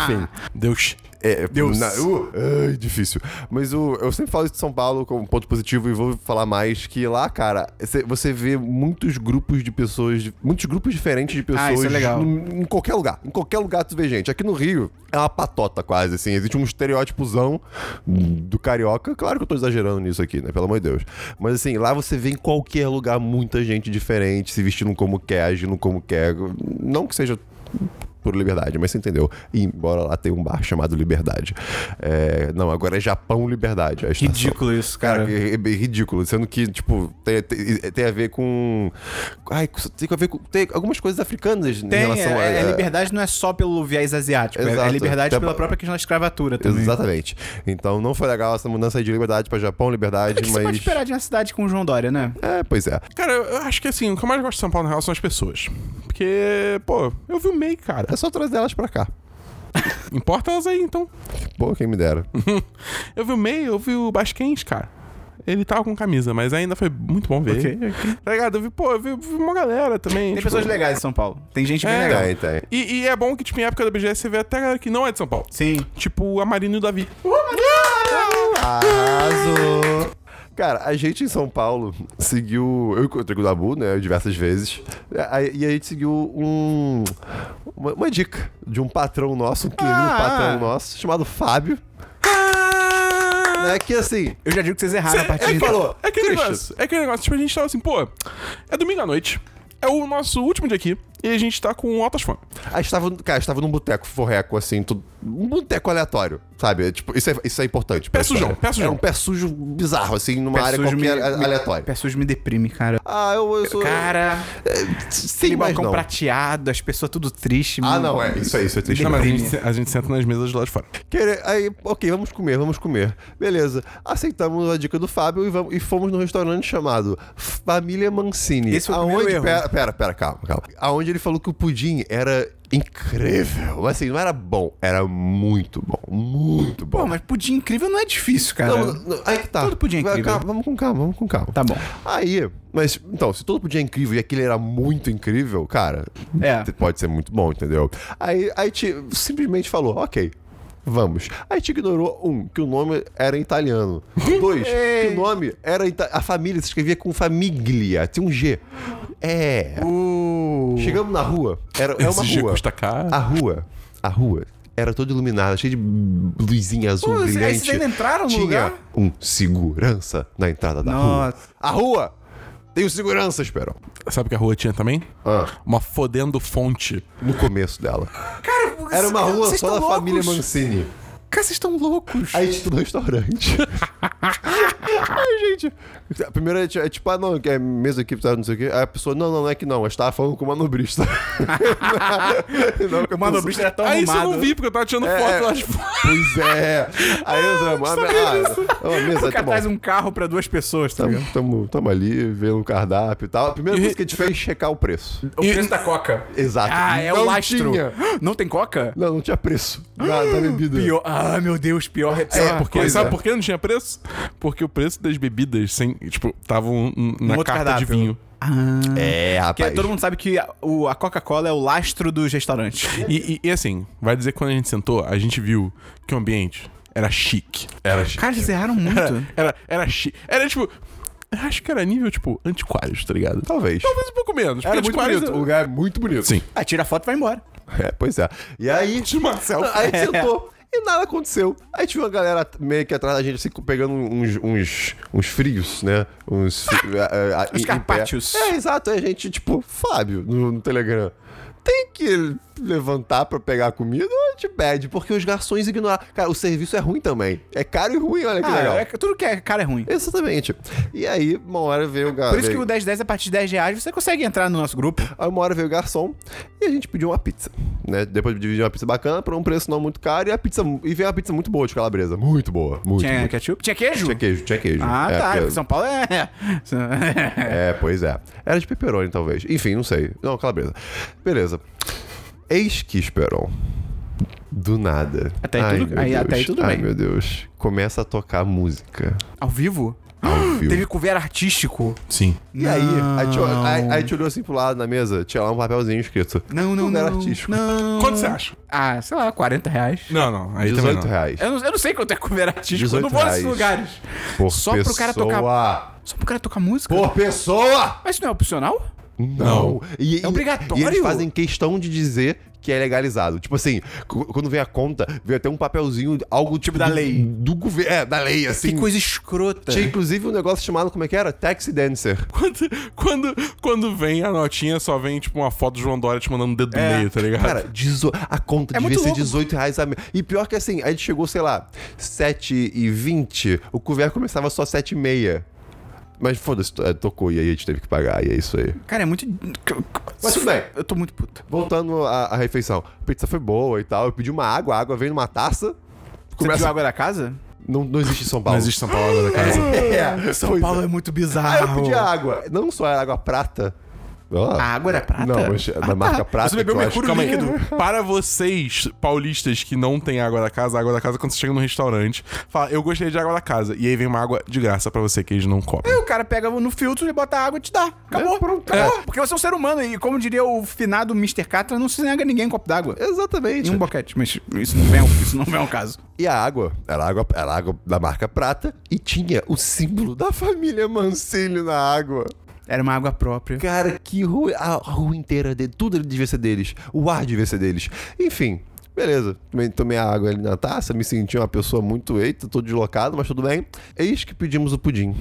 Speaker 3: enfim.
Speaker 2: Deus.
Speaker 3: É,
Speaker 1: Deus.
Speaker 3: na- uh, ai, difícil. Mas o, eu sempre falo isso de São Paulo como ponto positivo e vou falar mais que lá, cara, cê- você vê muitos grupos de pessoas, de- muitos grupos diferentes de pessoas
Speaker 1: Ah, isso é legal.
Speaker 3: num- em qualquer lugar. Em qualquer lugar tu vê gente. Aqui no Rio é uma patota quase, assim. Existe um estereótipozão do carioca. Claro que eu tô exagerando nisso aqui, né? Pelo amor de Deus. Mas assim, lá você vê em qualquer lugar muita gente diferente, se vestindo como quer, agindo como quer. Não que seja por liberdade, mas você entendeu. E embora lá tenha um bar chamado Liberdade. É, não, agora é Japão Liberdade. a estação.
Speaker 1: Ridículo isso,
Speaker 3: Cara,
Speaker 1: cara.
Speaker 3: é, é bem ridículo. Sendo que, tipo, tem, tem- tem a ver com. Ai, tem a ver com. Tem algumas coisas africanas em
Speaker 1: Tem,
Speaker 3: relação
Speaker 1: é,
Speaker 3: a.
Speaker 1: é liberdade não é só pelo viés asiático, é- é,
Speaker 3: Exato.
Speaker 1: liberdade
Speaker 3: Tem-
Speaker 1: pela própria questão da escravatura também.
Speaker 3: Exatamente. Então não foi legal essa mudança aí de liberdade pra Japão, liberdade,
Speaker 1: O é que você pode
Speaker 3: mas.
Speaker 1: esperar de uma cidade com o João Dória, né?
Speaker 3: É, pois é.
Speaker 2: Cara, eu eu acho que assim, o que eu mais gosto de São Paulo na real são as pessoas. Porque, pô, eu vi o MEI, cara.
Speaker 3: É só trazer elas pra cá.
Speaker 2: Importa elas aí, então.
Speaker 3: Pô, quem me dera.
Speaker 2: Eu vi o MEI, eu vi o Basquens, cara. Ele tava com camisa, mas ainda foi muito bom ver.
Speaker 1: Ok,
Speaker 2: Tá ligado? Eu vi, pô, eu vi, vi uma galera também.
Speaker 1: Tem
Speaker 2: tipo-
Speaker 1: pessoas legais em São Paulo. Tem gente bem
Speaker 2: É.
Speaker 1: legal.
Speaker 3: Tem, tem.
Speaker 2: E, e é bom que, tipo, em época da BGS você vê até a galera que não é de São Paulo.
Speaker 1: Sim.
Speaker 2: Tipo, a Marina e o Davi.
Speaker 3: Arrasou! Cara, a gente em São Paulo seguiu. Eu encontrei com o Dabu, né? Diversas vezes. A- E a gente seguiu um. uma, uma dica de um patrão nosso, um querido
Speaker 1: Ah.
Speaker 3: patrão nosso, chamado Fábio. Né, que assim,
Speaker 1: Eu já digo que vocês erraram a partir
Speaker 3: ele
Speaker 1: de
Speaker 3: falou,
Speaker 2: É aquele
Speaker 3: "Christian,
Speaker 2: negócio. É aquele negócio. Tipo, a gente tava assim, pô, é domingo à noite. É o nosso último dia aqui. E a gente tá com altas fome.
Speaker 3: A gente tava, cara, a gente tava num boteco forreco, assim, tudo, um boteco aleatório, sabe? É, Tipo, isso é, isso é importante. pra
Speaker 2: Pé sujão,
Speaker 3: história.
Speaker 2: pé sujão.
Speaker 3: Era um pé sujo bizarro, assim, numa
Speaker 1: Pé
Speaker 3: área
Speaker 1: sujo
Speaker 3: qualquer
Speaker 1: me-
Speaker 3: a-
Speaker 1: me-
Speaker 3: aleatória.
Speaker 1: Pé sujo me deprime, cara.
Speaker 3: Ah, eu, eu sou...
Speaker 1: Cara,
Speaker 3: sim,
Speaker 1: aquele
Speaker 3: mas
Speaker 1: balcão
Speaker 3: não.
Speaker 1: prateado, as pessoas tudo triste.
Speaker 3: Ah,
Speaker 1: mano.
Speaker 3: não, é, isso aí, isso é triste.
Speaker 2: Não, mas a
Speaker 1: Deprime.
Speaker 2: gente, a gente senta nas mesas de lá de fora.
Speaker 3: Querer- aí, ok, vamos comer, vamos comer. Beleza, aceitamos a dica do Fábio e, vamos- e fomos num restaurante chamado Família Mancini.
Speaker 1: Esse foi o
Speaker 3: aonde,
Speaker 1: primeiro erro.
Speaker 3: Pera, pera, pera, calma, calma. Aonde ele falou que o pudim era incrível. Mas assim, não era bom, era muito bom, muito bom.
Speaker 1: Pô, mas pudim incrível não é difícil, cara.
Speaker 3: Não, não, aí que tá.
Speaker 1: Tudo podia
Speaker 3: Vai,
Speaker 1: incrível.
Speaker 3: calma, vamos com calma, vamos com calma.
Speaker 1: Tá bom.
Speaker 3: Aí, mas, então, se todo podia incrível e aquele era muito incrível, cara,
Speaker 1: É.
Speaker 3: t- pode ser muito bom, entendeu? Aí, aí te simplesmente falou, ok, vamos. Aí te ignorou, um, que o nome era em italiano. Dois, que o nome era... ita- A família se escrevia com famiglia, tinha um G. É.
Speaker 1: Uh.
Speaker 3: Chegamos na rua, era, é uma
Speaker 2: Esse G
Speaker 3: rua.
Speaker 2: custa caro.
Speaker 3: A rua, a rua era toda iluminada, cheia de luzinha azul
Speaker 1: Pô, esses-
Speaker 3: brilhante.
Speaker 1: esses ainda entraram no
Speaker 3: Tinha
Speaker 1: lugar?
Speaker 3: um segurança na entrada da
Speaker 1: Nossa.
Speaker 3: rua. A rua tem o segurança, Esperon.
Speaker 2: Sabe o que a rua tinha também?
Speaker 3: Ah,
Speaker 2: Uma fodendo fonte.
Speaker 3: no começo dela.
Speaker 1: Cara,
Speaker 3: Era uma rua
Speaker 1: vocês
Speaker 3: só
Speaker 1: tão
Speaker 3: da
Speaker 1: loucos.
Speaker 3: família Mancini.
Speaker 1: Cara, vocês estão loucos.
Speaker 3: Aí a gente tá no restaurante. Ai, gente. Primeiro é ti- é tipo, ah, não, que é mesa aqui, tá, não sei o quê. Aí a pessoa, não, não, não é que não. A gente tava falando com o manobrista. não, com a
Speaker 1: O manobrista era tão
Speaker 2: Aí isso eu
Speaker 1: arrumado. Tá
Speaker 2: não vi, porque eu tava tirando
Speaker 3: É,
Speaker 2: foto lá de fora.
Speaker 3: Pois é. Aí entramos. Ah, ah, ah, mesa,
Speaker 1: O
Speaker 3: tá
Speaker 1: cara
Speaker 3: bom.
Speaker 1: traz um carro pra duas pessoas, tá
Speaker 3: Tamo,
Speaker 1: ligado?
Speaker 3: tamo, tamo ali, vendo o cardápio e tal. A primeira
Speaker 2: E-
Speaker 3: coisa que a gente fez é checar o preço.
Speaker 1: O preço da coca.
Speaker 3: Exato.
Speaker 1: Ah, é
Speaker 3: Não
Speaker 1: o lastro.
Speaker 3: tinha.
Speaker 1: Não tem coca?
Speaker 3: Não, não tinha preço da, da bebida.
Speaker 1: Pior. Ah, meu Deus, pior é pior.
Speaker 3: É, porque-
Speaker 2: Porque,
Speaker 3: Pois
Speaker 2: sabe
Speaker 3: é.
Speaker 2: por que não tinha preço? Porque o preço das bebidas, sem, tipo, estavam
Speaker 3: Um
Speaker 2: na
Speaker 1: outro
Speaker 2: carta de
Speaker 1: cardápio.
Speaker 2: vinho.
Speaker 3: É,
Speaker 1: Porque
Speaker 3: rapaz.
Speaker 1: todo mundo sabe que a, o- a Coca-Cola é o lastro dos restaurantes.
Speaker 2: E, e- e assim, vai dizer que quando a gente sentou, a gente viu que o ambiente era chique. Era chique.
Speaker 1: Cara, vocês erraram muito.
Speaker 2: Era, era chique. Era tipo. eu Acho que era nível, tipo, antiquários, tá ligado?
Speaker 3: Talvez.
Speaker 2: Talvez um pouco menos.
Speaker 3: Era
Speaker 2: porque
Speaker 3: muito
Speaker 2: antiquários-
Speaker 3: bonito. O lugar é muito bonito.
Speaker 2: Sim.
Speaker 1: Ah, tira a foto e vai embora.
Speaker 3: É, pois é. E aí.
Speaker 2: De Marcel.
Speaker 3: Aí a gente sentou. E nada aconteceu. Aí tinha uma galera meio que atrás da gente, assim, pegando uns, uns, uns frios, né? Uns. é,
Speaker 1: Uns
Speaker 3: Os
Speaker 1: carpaccios.
Speaker 3: É, exato. Aí a gente, tipo, Fábio, no, no Telegram. Tem que levantar pra pegar a comida ou a gente pede? Porque os garçons ignoraram. Cara, o serviço é ruim também. É caro e ruim, olha que
Speaker 1: Ah,
Speaker 3: legal. Ah,
Speaker 1: é- tudo que é cara é ruim.
Speaker 3: Exatamente. E aí, uma hora veio o garçom.
Speaker 1: Por isso que o 1010, a partir de 10 reais, você consegue entrar no nosso grupo.
Speaker 3: Aí uma hora veio o garçom e a gente pediu uma pizza, né? Depois de dividir uma pizza bacana por um preço não muito caro e a pizza e veio uma pizza muito boa de calabresa, muito boa, muito.
Speaker 1: Tinha
Speaker 3: muito.
Speaker 1: ketchup? Tinha queijo?
Speaker 3: Tinha queijo, tinha queijo.
Speaker 1: Ah,
Speaker 3: É,
Speaker 1: tá.
Speaker 3: porque-
Speaker 1: São Paulo é. é.
Speaker 3: É, pois é. Era de pepperoni talvez. Enfim, não sei. Não, calabresa. Beleza. Eis que esperou. Do nada.
Speaker 1: Até aí
Speaker 3: Ai,
Speaker 1: tudo-
Speaker 3: meu
Speaker 1: aí-
Speaker 3: Deus.
Speaker 1: até aí tudo
Speaker 3: Ai,
Speaker 1: bem.
Speaker 3: meu Deus. Começa a tocar música
Speaker 1: Ao vivo?
Speaker 3: ao vivo.
Speaker 1: Ah, Teve cover artístico.
Speaker 2: Sim.
Speaker 3: E aí, a gente, olhou- aí, aí a gente olhou assim pro lado na mesa, tinha lá um papelzinho escrito.
Speaker 1: Não, não,
Speaker 3: Tudo era
Speaker 1: não.
Speaker 3: artístico.
Speaker 1: Não.
Speaker 2: Quanto você acha?
Speaker 1: Ah, sei lá, 40 reais.
Speaker 2: Não, não. Aí 18
Speaker 3: 18
Speaker 2: também não.
Speaker 3: reais.
Speaker 1: Eu não, eu não sei quanto é cover artístico. Eu não
Speaker 3: 18
Speaker 1: vou nesses
Speaker 3: reais.
Speaker 1: lugares.
Speaker 3: Por
Speaker 1: É Só pro cara
Speaker 3: pessoa.
Speaker 1: Só pro cara tocar música?
Speaker 3: Por pessoa!
Speaker 1: Mas isso não é opcional?
Speaker 3: Não. E, e-
Speaker 1: É obrigatório?
Speaker 3: E eles fazem questão de dizer que é legalizado. Tipo assim, cu- quando vem a conta, vem até um papelzinho, algo tipo
Speaker 1: da
Speaker 3: do-
Speaker 1: lei.
Speaker 3: Do governo. É, da lei, assim.
Speaker 1: Que coisa escrota.
Speaker 3: Tinha inclusive um negócio chamado, como é que era? Taxi Dancer.
Speaker 2: Quando, quando, quando vem a notinha, só vem, tipo, uma foto do João Dória te mandando o dedo do meio, tá ligado?
Speaker 3: Cara, dezo- a conta
Speaker 1: É
Speaker 3: devia
Speaker 1: muito
Speaker 3: ser
Speaker 1: louco.
Speaker 3: 18 reais a menos. E pior que assim, a gente chegou, sei lá, 7 e 20 o couvert começava só 7 e meia. Mas foda-se, to- é, tocou e aí a gente teve que pagar, e é isso aí.
Speaker 1: Cara, é muito.
Speaker 3: Mas tudo bem.
Speaker 1: Eu tô muito puto.
Speaker 3: Voltando à, à refeição. A pizza foi boa e tal. Eu pedi uma água, a água veio numa taça.
Speaker 1: Você
Speaker 3: Começa-
Speaker 1: pediu água da casa?
Speaker 3: Não, não existe em São Paulo.
Speaker 2: Não existe São Paulo agora, cara.
Speaker 3: É,
Speaker 1: São
Speaker 3: pois
Speaker 1: Paulo
Speaker 3: é.
Speaker 1: é muito
Speaker 3: Aí
Speaker 1: bizarro.
Speaker 3: eu pedi a água. Não só era água prata. Ó.
Speaker 1: A água era Ah, prata? Ah, tá.
Speaker 3: Não, mas é da marca prata.
Speaker 1: Você bebeu um
Speaker 3: que Tá, eu
Speaker 1: mercúrio
Speaker 3: acho-
Speaker 2: Calma aí.
Speaker 1: líquido.
Speaker 2: Para vocês, paulistas, que não tem água da casa, a água da casa, quando você chega no restaurante, fala, eu gostaria de água da casa. E aí vem uma água de graça pra você, que eles não cobram.
Speaker 1: Aí o cara pega no filtro e bota água e te dá. Acabou.
Speaker 3: É, pronto.
Speaker 1: Acabou. Porque você é um ser humano e, como diria o finado Mr. Catra, não se nega ninguém um copo d'água.
Speaker 3: Exatamente.
Speaker 1: E um boquete, mas isso não é um, isso não é um caso.
Speaker 3: E a água era, água era água da marca prata e tinha o símbolo da família Mancini na água.
Speaker 1: Era uma água própria.
Speaker 3: Cara, que rua. A rua inteira dele. Tudo devia ser deles. O ar devia ser deles. Enfim. Beleza, tomei, tomei a água ali na taça, me senti uma pessoa muito eita, tô deslocado, mas tudo bem. Eis que pedimos o pudim.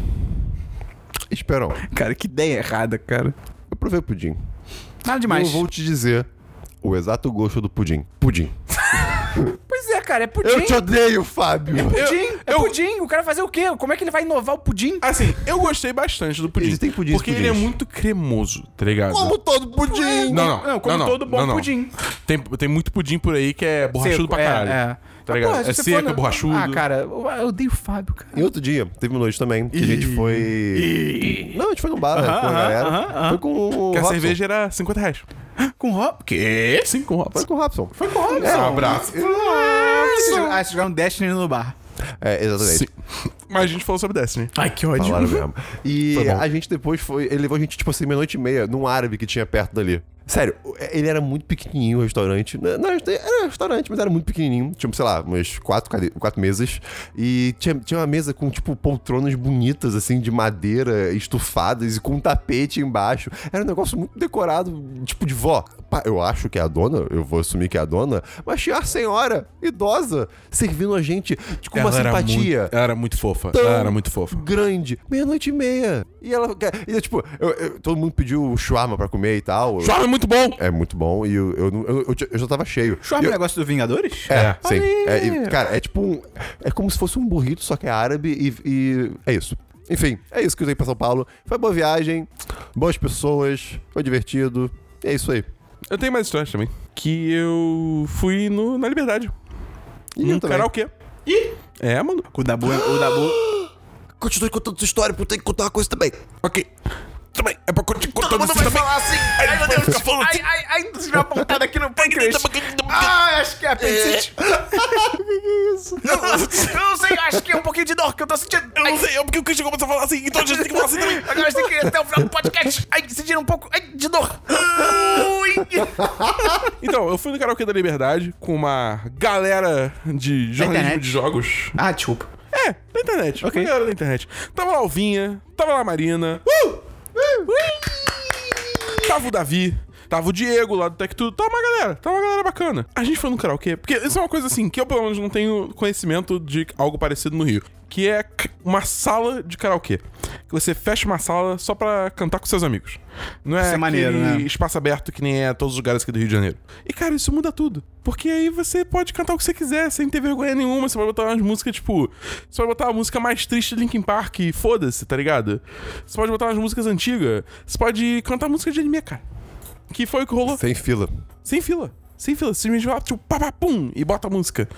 Speaker 3: Esperão,
Speaker 1: Cara, que ideia errada, cara.
Speaker 3: eu provei o pudim.
Speaker 1: Nada demais.
Speaker 3: Eu vou te dizer o exato gosto do pudim. Pudim.
Speaker 5: Pois é, cara, é pudim.
Speaker 3: Eu te odeio, Fábio!
Speaker 5: Pudim, é
Speaker 2: eu-
Speaker 5: pudim. O cara fazer o quê? Como é que ele vai inovar o pudim?
Speaker 2: Assim, eu gostei bastante do pudim.
Speaker 3: Existem pudins
Speaker 2: Porque ele é
Speaker 3: pudins.
Speaker 2: muito cremoso, tá ligado?
Speaker 3: Como todo pudim!
Speaker 2: Não, não.
Speaker 1: Não, como todo bom
Speaker 2: não, não.
Speaker 1: pudim.
Speaker 2: Tem, tem muito pudim por aí que é borrachudo
Speaker 1: Seco,
Speaker 2: pra
Speaker 1: é,
Speaker 2: caralho.
Speaker 1: é.
Speaker 2: Tá ligado?
Speaker 5: Porra, se
Speaker 2: é
Speaker 5: você
Speaker 2: seco,
Speaker 5: for
Speaker 2: é
Speaker 5: no-
Speaker 2: borrachudo.
Speaker 5: Ah, cara, eu eu odeio o Fábio, cara.
Speaker 3: E outro dia, teve uma noite também, que a gente foi. Não, a gente foi num bar né, com a galera. Foi com o.
Speaker 2: que é a
Speaker 3: Robson.
Speaker 2: cerveja era 50 reais.
Speaker 1: Com Hop. Quê?
Speaker 2: Sim, com
Speaker 3: Foi
Speaker 2: Robson.
Speaker 3: com o Robson. Foi
Speaker 1: Com Hop.
Speaker 3: É, um abraço.
Speaker 1: Ah, vocês jogaram Destiny no bar.
Speaker 3: É, exatamente.
Speaker 2: Sim. Mas a gente falou sobre Destiny.
Speaker 1: Ai, que ódio.
Speaker 3: Falaram mesmo. E
Speaker 2: Foi bom.
Speaker 3: a gente depois foi. Ele levou a gente, tipo assim, meia-noite e meia, num árabe que tinha perto dali. Sério, ele era muito pequenininho o restaurante. Não, não, era um restaurante, mas era muito pequenininho. Tinha, sei lá, umas quatro, cade- quatro mesas. E tinha, tinha uma mesa com, tipo, poltronas bonitas, assim, de madeira, estufadas e com um tapete embaixo. Era um negócio muito decorado, tipo, de vó. Pá, Eu acho que é a dona, eu vou assumir que é a dona, mas tinha a senhora, idosa, servindo a gente com uma simpatia
Speaker 2: Era muito, ela era muito fofa.
Speaker 3: tão
Speaker 2: Ela era muito fofa.
Speaker 3: grande, meia-noite e meia. E ela, e, é, tipo, eu- eu- todo mundo pediu shawarma pra comer e tal. Eu-
Speaker 2: Chove muito bom!
Speaker 3: É muito bom e eu, eu, não- eu, eu, eu já tava cheio.
Speaker 1: Chorba
Speaker 3: Eu-
Speaker 1: o negócio do Vingadores?
Speaker 3: É,
Speaker 2: É.
Speaker 3: sim.
Speaker 1: Olha
Speaker 3: É,
Speaker 1: aí.
Speaker 3: e, cara, é tipo um. É como se fosse um burrito, só que é árabe e, e é isso. Enfim, é isso que eu tenho pra São Paulo. Foi boa viagem, boas pessoas, foi divertido. E é isso aí.
Speaker 2: Eu tenho mais histórias também. Que eu fui no, na Liberdade.
Speaker 3: E
Speaker 2: no
Speaker 3: eu também.
Speaker 2: karaokê. Ih! É, mano.
Speaker 1: O Dabu, o Dabu.
Speaker 3: Continue contando sua história, porque eu tenho que contar uma coisa também.
Speaker 2: Ok. Também. É pra continuar contando isso também.
Speaker 5: assim. Ai, meu Deus, fica falando assim. Ai, ai, ai, você vai apontar aqui no pâncreas. Ai, acho que é apendicite. Eu não sei, acho que é um pouquinho de dor que eu tô sentindo.
Speaker 2: Eu
Speaker 5: Ai,
Speaker 2: não sei, é porque o Christian começou a falar assim, então a gente tem que falar assim também.
Speaker 5: agora a gente tem que ir até o final do podcast. Ai, sentindo um pouco ai, de dor. Ui.
Speaker 2: Então, eu fui no karaokê da Liberdade com uma galera de jornalismo
Speaker 1: internet.
Speaker 2: de jogos.
Speaker 1: Ah, desculpa.
Speaker 2: É, da internet.
Speaker 1: Ok.
Speaker 2: Uma galera da internet. Tava lá o Vinha, tava lá a Marina. Uh! Ui! Tava o Davi. Tava o Diego lá do Tech Tudo. Tava uma galera. Tava uma galera bacana. A gente foi no karaokê. Porque isso é uma coisa assim, que eu pelo menos não tenho conhecimento de algo parecido no Rio. Que é c- uma sala de karaokê. Que você fecha uma sala só pra cantar com seus amigos. Não é,
Speaker 1: Isso é maneiro,
Speaker 2: aquele
Speaker 1: né?
Speaker 2: espaço aberto que nem é todos os lugares aqui do Rio de Janeiro. E, cara, isso muda tudo. Porque aí você pode cantar o que você quiser, sem ter vergonha nenhuma. Você vai botar umas músicas, tipo... Você pode botar a música mais triste de Linkin Park e foda-se, tá ligado? Você pode botar umas músicas antigas. Você pode cantar música de anime, cara. Que foi o que rolou.
Speaker 3: Sem fila.
Speaker 2: Sem fila. Sem fila. Você simplesmente vai lá, tipo, papapum, e bota a música.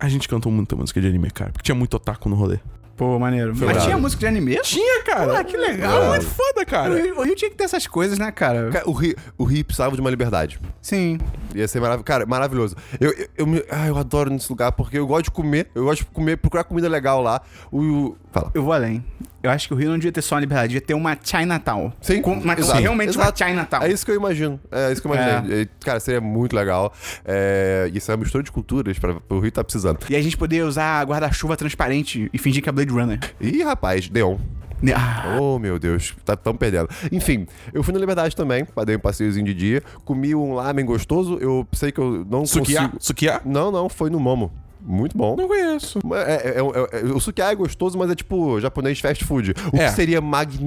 Speaker 2: A gente cantou muita música de anime, cara. Porque tinha muito otaku no rolê.
Speaker 1: Pô, maneiro. Mas
Speaker 3: brabo.
Speaker 1: tinha música de anime?
Speaker 2: Tinha, cara.
Speaker 1: Ah, que legal.
Speaker 2: É muito foda,
Speaker 1: O
Speaker 2: cara.
Speaker 1: Rio, o Rio tinha que ter essas coisas, né, cara?
Speaker 3: Cara, o Rio, o Rio precisava de uma liberdade.
Speaker 1: Sim.
Speaker 3: Ia ser maravilhoso. Cara, maravilhoso. Eu, eu, eu, me- ah, eu adoro nesse lugar porque eu gosto de comer. Eu gosto de comer, procurar comida legal lá. O. o- Fala.
Speaker 1: Eu vou além. Eu acho que o Rio não devia ter só uma liberdade, devia ter uma Chinatown. Com, uma,
Speaker 3: exato,
Speaker 1: realmente
Speaker 3: exato.
Speaker 1: uma Chinatown.
Speaker 3: É isso que eu imagino. É isso que eu imaginei. E, Cara, seria muito legal. É, isso é uma mistura de culturas pra, o Rio tá precisando.
Speaker 1: E a gente poder usar guarda-chuva transparente e fingir que é Blade Runner.
Speaker 3: Ih, rapaz, Deon.
Speaker 1: Ne- Ah,
Speaker 3: Oh, meu Deus, tá tão perdendo. Enfim, eu fui na Liberdade também, dei um passeiozinho de dia, comi um lamen gostoso, eu sei que eu não
Speaker 2: Sukiá?
Speaker 3: consigo...
Speaker 2: Sukiá?
Speaker 3: Não, não, foi no Momo. Muito bom.
Speaker 2: Não conheço.
Speaker 3: É, é- é- é- o sukiá é gostoso, mas é tipo japonês fast food. O
Speaker 2: É.
Speaker 3: que seria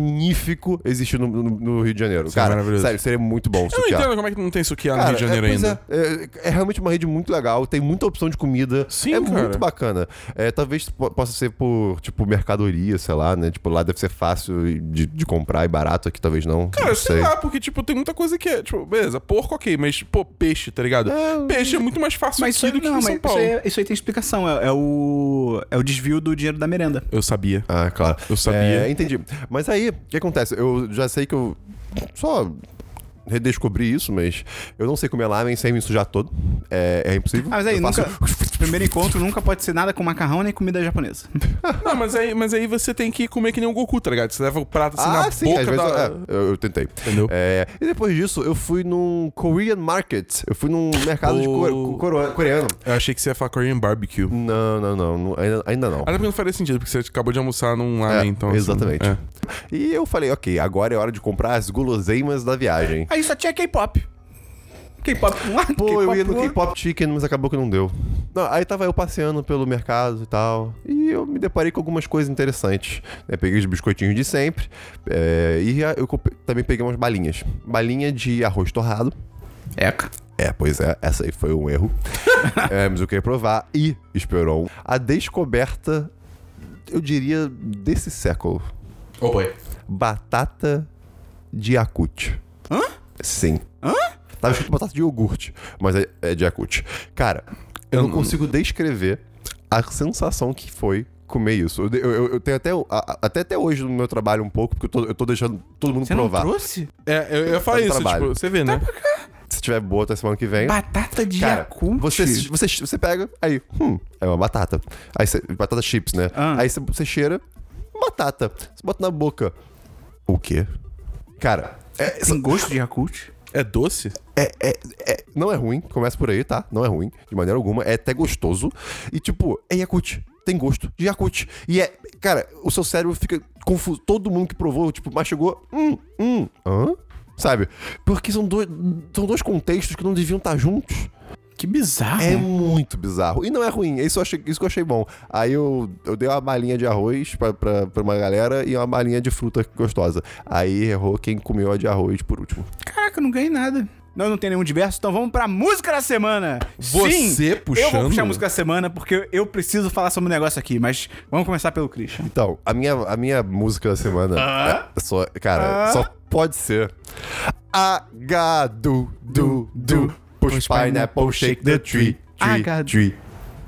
Speaker 3: magnífico existir no, no- no Rio de Janeiro.
Speaker 2: é
Speaker 3: cara,
Speaker 2: maravilhoso.
Speaker 3: sério, seria muito bom o
Speaker 2: Eu não
Speaker 3: sukiá.
Speaker 2: entendo como é que não tem Sukiá no
Speaker 3: Cara,
Speaker 2: Rio de Janeiro
Speaker 3: é, pois
Speaker 2: ainda.
Speaker 3: É, é, é realmente uma rede muito legal, tem muita opção de comida.
Speaker 2: Sim,
Speaker 3: é
Speaker 2: cara.
Speaker 3: muito bacana. É, talvez po- possa ser por, tipo, mercadoria, sei lá, né? Tipo, lá deve ser fácil de, de comprar e barato, aqui talvez não.
Speaker 2: Cara,
Speaker 3: não
Speaker 2: sei. lá, porque, tipo, tem muita coisa que é, tipo, beleza, porco ok, mas, pô, peixe, tá ligado? Peixe é muito mais fácil
Speaker 1: mas
Speaker 2: aqui
Speaker 1: isso, aí- é-
Speaker 2: do que
Speaker 1: não,
Speaker 2: em
Speaker 1: mas
Speaker 2: São
Speaker 1: isso,
Speaker 2: Paulo.
Speaker 1: aí, isso aí tem explicação. É, é o, é o desvio do dinheiro da merenda.
Speaker 2: Eu sabia.
Speaker 3: Ah, claro.
Speaker 2: Eu sabia.
Speaker 3: É, entendi. Mas aí, o que acontece? Eu já sei que eu só redescobri isso, mas eu não sei comer lamen sem me sujar todo. É, é impossível.
Speaker 1: Ah, mas aí,
Speaker 3: eu faço-
Speaker 1: nunca- Primeiro encontro nunca pode ser nada com macarrão nem comida japonesa.
Speaker 2: Não, mas aí, mas aí você tem que comer que nem o Goku, tá ligado? Você leva o prato assim na boca
Speaker 3: Ah, às vezes
Speaker 2: da.
Speaker 3: eu- é, eu, eu tentei.
Speaker 2: Entendeu?
Speaker 3: É, e depois disso, eu fui num Korean Market. Eu fui num mercado de
Speaker 2: O-
Speaker 3: cor- coro- coreano.
Speaker 2: Eu achei que você ia falar Korean barbecue.
Speaker 3: Hum. Não, não, não. não, ainda, ainda não.
Speaker 2: Até porque não faria sentido, porque você acabou de almoçar num
Speaker 3: É,
Speaker 2: ramen, então. assim,
Speaker 3: exatamente.
Speaker 2: é.
Speaker 3: E eu falei, ok, agora é hora de comprar as guloseimas da viagem.
Speaker 1: Aí só tinha K-pop. K-pop um lado,
Speaker 3: Pô, eu ia no
Speaker 1: pro outro.
Speaker 3: K-pop Chicken, mas acabou que não deu. Não, aí tava eu passeando pelo mercado e tal. E eu me deparei com algumas coisas interessantes. né? peguei os biscoitinhos de sempre. é, e a- eu comp- também peguei umas balinhas. Balinha de arroz torrado.
Speaker 1: Eca.
Speaker 3: É, pois é, essa aí foi um erro. É, mas eu queria provar. E, Esperon, a descoberta, eu diria, desse século.
Speaker 2: Oh boy.
Speaker 3: Batata de Yakut.
Speaker 1: Hã?
Speaker 3: Sim. Hã? Tava escrito batata de iogurte, mas é, é de Yakut. Cara, eu, não consigo descrever a sensação que foi comer isso. Eu, eu- eu- eu tenho até, o- a- a- até até hoje no meu trabalho um pouco, porque eu tô, eu tô deixando todo mundo
Speaker 1: Você não
Speaker 3: provar.
Speaker 1: trouxe?
Speaker 2: É, eu eu ia falar
Speaker 3: Faz o
Speaker 2: isso,
Speaker 3: trabalho.
Speaker 2: tipo, você vê, né?
Speaker 3: Se tiver boa até semana que
Speaker 1: É.
Speaker 3: vem.
Speaker 1: Batata de
Speaker 3: Cara,
Speaker 1: Yakult?
Speaker 3: você, você, você pega, aí, hum, é uma batata. Aí você, batata chips, né?
Speaker 1: Ah.
Speaker 3: Aí você, você cheira, batata. Você bota na boca. O quê? Cara, é,
Speaker 1: Tem gosto de Yakult?
Speaker 2: É doce?
Speaker 3: é- é- é- não é ruim, começa por aí, tá? Não é ruim, de maneira alguma, é até gostoso. E tipo, é Yakut, tem gosto de Yakut. E é, cara, o seu cérebro fica confuso. Todo mundo que provou, tipo, mastigou, hum, hum, hã? Sabe? Porque são dois, são dois contextos que não deviam estar juntos.
Speaker 1: Que bizarro.
Speaker 3: É muito bizarro. E não é ruim, é isso, eu achei- isso que eu achei bom. Aí eu, eu dei uma balinha de arroz pra, pra, pra uma galera e uma balinha de fruta gostosa. Aí errou quem comeu a de arroz por último.
Speaker 1: Caraca, eu não ganhei nada. Não, não tem nenhum diverso, então vamos pra música da semana.
Speaker 2: Você
Speaker 1: Eu vou
Speaker 2: puxando?
Speaker 1: puxar a música da semana porque eu preciso falar sobre um negócio aqui, mas vamos começar pelo Christian.
Speaker 3: Então, a minha, a minha música da semana. é só, cara, só pode ser. H do do do push pineapple shake the tree. tree,
Speaker 1: H.
Speaker 3: tree.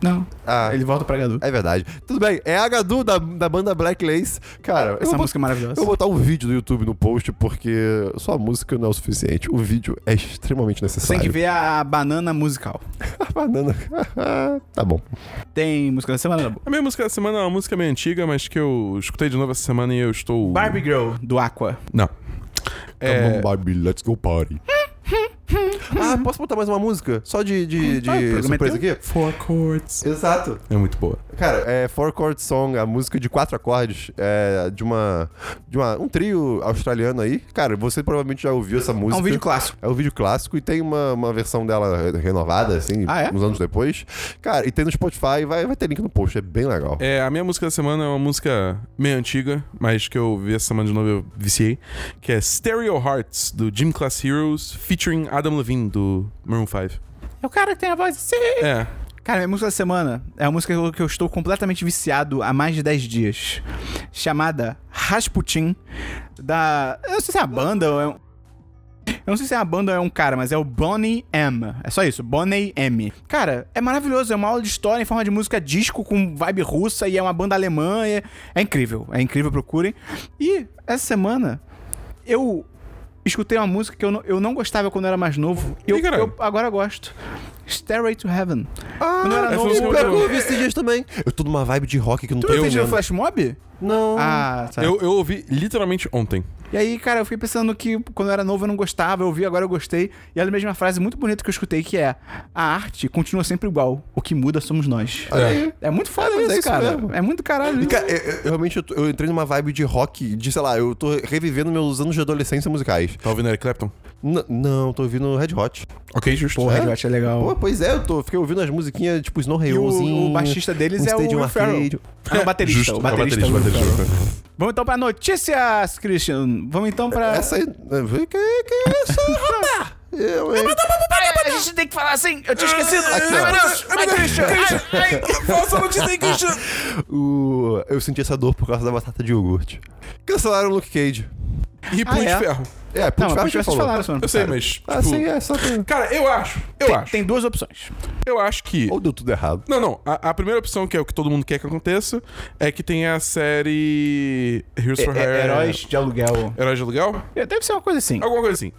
Speaker 1: Não.
Speaker 3: Ah.
Speaker 1: Ele volta pra Gadu.
Speaker 3: É verdade. Tudo bem, é a Gadu da, da banda Black Lace. Cara, eu
Speaker 1: Essa
Speaker 3: vou-
Speaker 1: música é maravilhosa.
Speaker 3: Eu vou botar um vídeo do YouTube no post, porque só a música não é o suficiente. O vídeo é extremamente
Speaker 1: Tem
Speaker 3: necessário.
Speaker 1: que ver a banana musical.
Speaker 3: a banana. tá bom.
Speaker 1: Tem música da semana? Dabu?
Speaker 2: A minha música da semana é uma música meio antiga, mas que eu escutei de novo essa semana e eu estou.
Speaker 1: Barbie Girl, do Aqua. É um
Speaker 2: Não.
Speaker 3: Come
Speaker 2: É,
Speaker 3: on, Barbie, let's go party. ah, posso botar mais uma música? Só de, de, de
Speaker 1: Ah, o programa
Speaker 3: surpresa
Speaker 1: é teu?
Speaker 3: aqui? Four chords. Exato.
Speaker 2: é muito boa.
Speaker 3: Cara, é Four Chord Song, a música de quatro acordes é, de uma. de uma, um trio australiano aí. Cara, você provavelmente já ouviu essa música.
Speaker 1: vídeo clássico.
Speaker 3: É um vídeo clássico e tem uma, uma versão dela re- renovada, assim,
Speaker 1: Ah, é?
Speaker 3: uns anos depois. Cara, e tem no Spotify, vai, vai ter link no post, é bem legal.
Speaker 2: É, a minha música da semana é uma música meio antiga, mas que eu vi essa semana de novo eu viciei, que é Stereo Hearts, do Gym Class Heroes, featuring Adam Levine, do Maroon 5.
Speaker 1: É o cara que tem a voz assim.
Speaker 2: É,
Speaker 1: Cara, minha música da semana é uma música que eu estou completamente viciado há mais de 10 dias. Chamada Rasputin, da. Eu não sei se é a banda ou é um. Eu não sei se é a banda ou é um cara, mas é o Bonnie M. É só isso, Bonnie M. Cara, é maravilhoso, é uma aula de história em forma de música disco com vibe russa e é uma banda alemã. e é- é incrível, é incrível, procurem. E essa semana eu escutei uma música que eu não, eu não gostava quando eu era mais novo. Eu,
Speaker 2: Ih, caralho.
Speaker 1: eu agora gosto. Stairway to Heaven.
Speaker 3: Ah,
Speaker 1: quando eu era
Speaker 2: essa
Speaker 1: novo,
Speaker 2: música é
Speaker 1: eu,
Speaker 2: muito boa.
Speaker 1: eu,
Speaker 3: vi esses dias também. Eu tô numa vibe de rock que não
Speaker 1: tu
Speaker 3: tem.
Speaker 1: não fez
Speaker 2: mano.
Speaker 1: o Flash Mob?
Speaker 3: Não.
Speaker 1: Ah, tá.
Speaker 2: eu, eu ouvi literalmente ontem.
Speaker 1: E aí, cara, eu fiquei pensando que quando eu era novo eu não gostava, eu vi, agora eu gostei. E ela mesma frase muito bonita que eu escutei, que é a arte continua sempre igual, o que muda somos nós.
Speaker 3: É.
Speaker 1: É muito foda
Speaker 3: É, mas é
Speaker 1: isso,
Speaker 3: isso
Speaker 1: cara.
Speaker 3: mesmo.
Speaker 1: É muito caralho.
Speaker 3: Cara, eu, eu- eu realmente eu, tô- eu entrei numa vibe de rock, de sei lá, eu tô revivendo meus anos de adolescência musicais.
Speaker 2: Tá ouvindo Eric Clapton?
Speaker 3: N- não, tô ouvindo Red Hot.
Speaker 2: Ok, justo.
Speaker 1: Porra,
Speaker 2: É.
Speaker 1: Red Hot é legal.
Speaker 3: Pô, pois é, eu tô, fiquei ouvindo as musiquinhas tipo Snow
Speaker 1: e o,
Speaker 3: Railzinho.
Speaker 1: o baixista deles
Speaker 3: um
Speaker 1: é o
Speaker 3: Stadium
Speaker 1: Will Ferrell.
Speaker 3: Arcade.
Speaker 1: Ah, não, baterista,
Speaker 2: Justo,
Speaker 1: o
Speaker 2: é
Speaker 1: baterista.
Speaker 2: o
Speaker 1: Will
Speaker 2: baterista,
Speaker 1: Ferrell.
Speaker 2: baterista.
Speaker 1: Vamos então pra notícias, Christian. Vamos então pra...
Speaker 3: Essa aí. Que, que isso? Roda! Eu, hein?
Speaker 5: A gente tem que falar assim. Eu tinha esquecido.
Speaker 3: Aqui, ó.
Speaker 2: Falsa notícia aí, Christian!
Speaker 3: O- Eu senti essa dor por causa da batata de iogurte. Cancelaram o Luke Cage.
Speaker 2: E Punho
Speaker 1: Ah, é?
Speaker 2: de Ferro.
Speaker 3: É,
Speaker 1: Não, mas
Speaker 3: Putifar
Speaker 1: Putifar vocês falaram, só.
Speaker 2: Eu sei, mas.
Speaker 3: Ah,
Speaker 2: tipo,
Speaker 3: sim, é só que...
Speaker 2: Cara, eu acho. Eu
Speaker 1: Tem,
Speaker 2: acho.
Speaker 1: tem duas opções.
Speaker 2: Eu acho que.
Speaker 3: Ou deu tudo errado.
Speaker 2: Não, não. A, a primeira opção, que é o que todo mundo quer que aconteça, é que tenha a série. Heroes for Hire.
Speaker 1: É, heróis de aluguel.
Speaker 2: Heróis de aluguel?
Speaker 1: É, Deve ser uma coisa assim.
Speaker 2: Alguma coisa assim.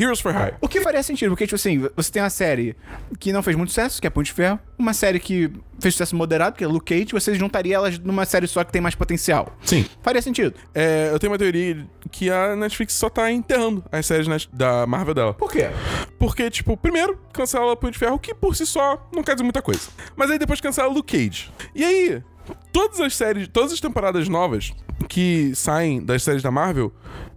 Speaker 2: Heroes for Hire.
Speaker 1: O que faria sentido, porque, tipo assim, você tem uma série que não fez muito sucesso, que é Ponte de Ferro, uma série que fez sucesso moderado, que é Luke Cage, você juntaria elas numa série só que tem mais potencial.
Speaker 2: Sim.
Speaker 1: Faria sentido.
Speaker 2: É, eu tenho uma teoria que a Netflix só tá enterrando as séries net- da Marvel dela.
Speaker 1: Por quê?
Speaker 2: Porque, tipo, primeiro cancela Punho de Ferro, que por si só não quer dizer muita coisa. Mas aí depois cancela Luke Cage. E aí, todas as séries, todas as temporadas novas que saem das séries da Marvel,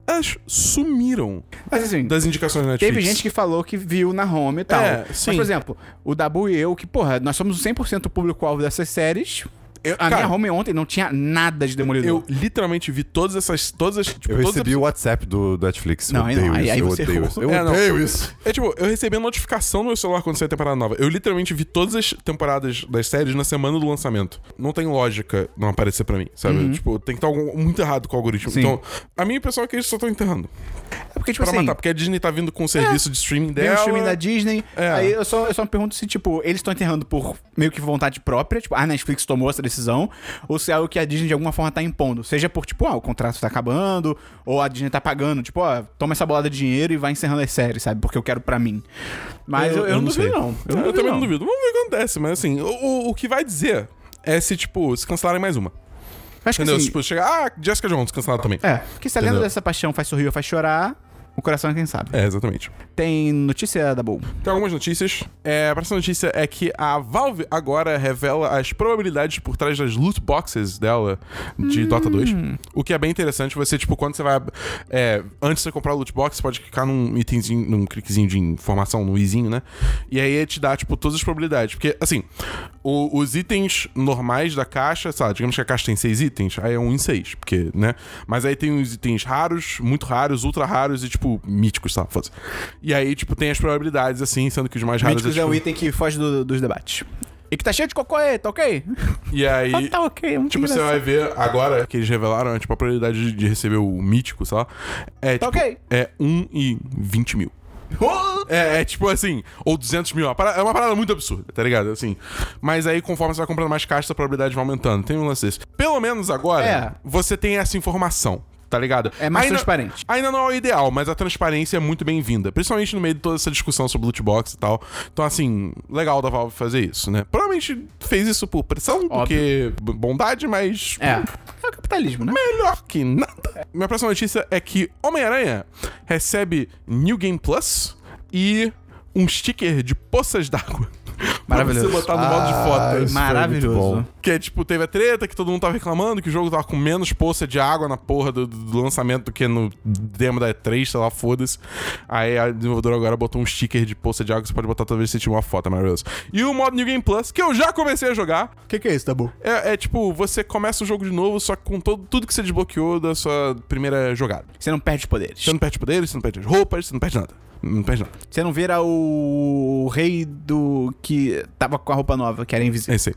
Speaker 2: elas sumiram
Speaker 1: Mas assim,
Speaker 2: das indicações da Netflix.
Speaker 1: teve gente que falou que viu na home e tal.
Speaker 2: É,
Speaker 1: Mas,
Speaker 2: sim.
Speaker 1: por exemplo, o Dabu e eu, que, porra, nós somos 100% o público-alvo dessas séries.
Speaker 2: Eu-
Speaker 1: a
Speaker 2: cara,
Speaker 1: minha home ontem não tinha nada de
Speaker 2: Eu
Speaker 1: Demolidor.
Speaker 2: literalmente vi todas essas. Todas as. Tipo,
Speaker 3: Eu
Speaker 2: todas
Speaker 3: recebi um.
Speaker 2: as-
Speaker 3: o WhatsApp do, do Netflix.
Speaker 1: Não,
Speaker 3: eu
Speaker 1: aí
Speaker 3: odeio
Speaker 1: não, aí-
Speaker 3: isso,
Speaker 1: aí
Speaker 3: eu
Speaker 1: você
Speaker 3: odeio
Speaker 1: errou.
Speaker 3: isso. Eu
Speaker 2: É, não.
Speaker 3: odeio isso.
Speaker 2: É tipo, eu recebi a notificação no meu celular quando saiu a temporada nova. Eu literalmente vi todas as temporadas das séries na semana do lançamento. Não tem lógica não aparecer pra mim, sabe? Tipo, tem que estar algum, muito errado com o algoritmo.
Speaker 1: Sim.
Speaker 2: Então, a minha impressão é que eles só estão enterrando.
Speaker 1: É porque, tipo
Speaker 2: Pra
Speaker 1: assim,
Speaker 2: matar, porque a Disney tá vindo com o serviço de streaming
Speaker 1: Tem
Speaker 2: dela.
Speaker 1: um filme da Disney.
Speaker 2: É.
Speaker 1: Aí eu só, eu só me pergunto se, tipo, eles estão enterrando por meio que vontade própria, tipo, a Netflix tomou essa decisão, ou se é algo que a Disney de alguma forma tá impondo. Seja por, tipo, ah, o contrato tá acabando, ou a Disney tá pagando, tipo, ó, toma essa bolada de dinheiro e vai encerrando as séries, sabe? Porque eu quero pra mim. Mas eu, eu não, duvido,
Speaker 2: sei.
Speaker 1: não.
Speaker 2: Eu, também não duvido. Vamos ver o que acontece, mas assim, o, o, o que vai dizer é se, tipo, se cancelarem mais uma.
Speaker 1: Acho que
Speaker 2: Entendeu?
Speaker 1: assim,
Speaker 2: Tipo, chegar, ah, Jessica Jones cancelada também.
Speaker 1: é, porque se a lenda
Speaker 2: Entendeu?
Speaker 1: dessa paixão faz sorrir ou faz chorar, o coração é quem sabe.
Speaker 2: É, exatamente.
Speaker 1: Tem notícia da Bull.
Speaker 2: Tem algumas notícias. É, a próxima notícia é que a Valve agora revela as probabilidades por trás das loot boxes dela de Dota 2. O que é bem interessante. Você, tipo, quando você vai. é, antes de você comprar o loot box, você pode clicar num itemzinho, num cliquezinho de informação, num izinho, né? E aí ele te dá, tipo, todas as probabilidades. Porque, assim, o- os itens normais da caixa, sei lá, digamos que a caixa tem seis itens, aí é um em seis, porque, né? Mas aí tem os itens raros, muito raros, ultra raros e, tipo, míticos, sabe? Foda-se. E aí, tipo, tem as probabilidades, assim, sendo que os mais raros.
Speaker 1: Míticos é
Speaker 2: tipo-
Speaker 1: um item que foge do- dos debates. E que tá cheio de cocô, tá ok?
Speaker 2: E aí.
Speaker 1: Ah, tá ok, é muito
Speaker 2: Tipo, você
Speaker 1: engraçado.
Speaker 2: vai ver agora que eles revelaram, tipo, a probabilidade de- de receber o mítico, sei lá. É,
Speaker 1: Tá
Speaker 2: tipo,
Speaker 1: ok.
Speaker 2: é 1 e 20 mil. É, é tipo assim, ou 200 mil. é uma parada- É uma parada muito absurda, tá ligado? Assim. Mas aí, conforme você vai comprando mais caixas, a probabilidade vai aumentando. Tem um lance desse. Pelo menos agora,
Speaker 1: É.
Speaker 2: você tem essa informação. Tá ligado?
Speaker 1: É mais
Speaker 2: Ainda-
Speaker 1: transparente.
Speaker 2: Ainda não é o ideal, mas a transparência é muito bem-vinda. Principalmente no meio de toda essa discussão sobre loot box e tal. Então, assim, legal da Valve fazer isso, né? Provavelmente fez isso por pressão, porque b- bondade, mas
Speaker 1: É. É o capitalismo, né?
Speaker 2: melhor que nada. Minha próxima notícia é que Homem-Aranha recebe New Game Plus e um sticker de poças d'água.
Speaker 1: Maravilhoso.
Speaker 2: pra você botar no modo
Speaker 3: Ah,
Speaker 2: de foto.
Speaker 3: isso foi
Speaker 1: Maravilhoso.
Speaker 3: muito bom.
Speaker 2: Que é tipo, teve a treta que todo mundo tava reclamando que o jogo tava com menos poça de água na porra do, do lançamento do que no demo da E3, sei lá, foda-se. Aí a desenvolvedora agora botou um sticker de poça de água que você pode botar toda vez que você tira uma foto, é maravilhoso. E o modo New Game Plus, que eu já comecei a jogar.
Speaker 1: O que, que é isso, Tabu?
Speaker 2: É, é tipo, você começa o jogo de novo, só que com todo, tudo que você desbloqueou da sua primeira jogada.
Speaker 1: Você não perde os poderes.
Speaker 2: Você não perde poderes, você não perde as roupas, você não perde nada. Não perde nada.
Speaker 1: Você não vira o rei do. que tava com a roupa nova, que era
Speaker 2: É
Speaker 1: invisível.
Speaker 2: isso aí.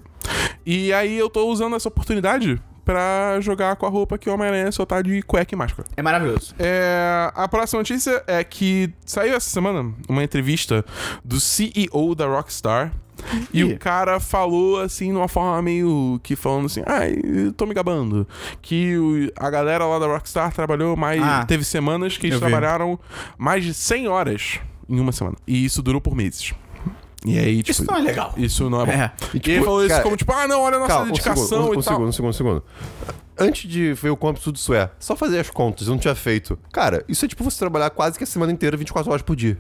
Speaker 2: E aí eu tô usando essa oportunidade pra jogar com a roupa que o Homem-Aranha só tá de cueca e máscara.
Speaker 1: É maravilhoso.
Speaker 2: É, a próxima notícia é que saiu essa semana uma entrevista do CEO da Rockstar. E
Speaker 1: Ih.
Speaker 2: o cara falou assim, de uma forma meio que falando assim: Ai, eu tô me gabando. Que o- a galera lá da Rockstar trabalhou mais.
Speaker 1: Ah.
Speaker 2: teve semanas que eles
Speaker 1: Eu vi.
Speaker 2: trabalharam mais de 100 horas em uma semana. E isso durou por meses. E aí, tipo.
Speaker 1: não é legal.
Speaker 2: Isso não é bom.
Speaker 1: É.
Speaker 2: E,
Speaker 3: tipo,
Speaker 2: ele falou isso
Speaker 3: cara,
Speaker 2: como tipo: Ah, não, olha a nossa
Speaker 3: Calma, um
Speaker 2: dedicação
Speaker 3: segundo, um,
Speaker 2: e
Speaker 3: um
Speaker 2: tal.
Speaker 3: segundo, um segundo, um segundo. Antes de ver o quão absurdo isso é, só fazer as contas, eu não tinha feito. Cara, isso é tipo você trabalhar quase que a semana inteira, 24 horas por dia.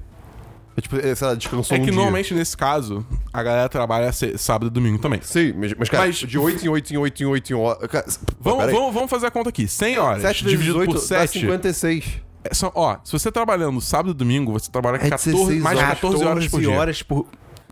Speaker 3: É tipo, é, sei lá, descansou
Speaker 2: É
Speaker 3: um
Speaker 2: que
Speaker 3: dia.
Speaker 2: normalmente nesse caso, a galera trabalha se- sábado e domingo também.
Speaker 3: Sim, mas, mas, cara,
Speaker 2: Mas-
Speaker 3: de 8 em 8 em 8 em 8 em 8... Cara,
Speaker 2: Vamos, vamos, vamos fazer a conta aqui. 100 horas
Speaker 3: 7
Speaker 2: dividido por
Speaker 3: dá
Speaker 2: 7.
Speaker 3: 56.
Speaker 2: é só- ó, se você trabalhando sábado e domingo, você trabalha
Speaker 3: É
Speaker 2: 14,
Speaker 3: 16
Speaker 2: mais de
Speaker 3: horas.
Speaker 2: 14 horas por dia.
Speaker 1: horas por.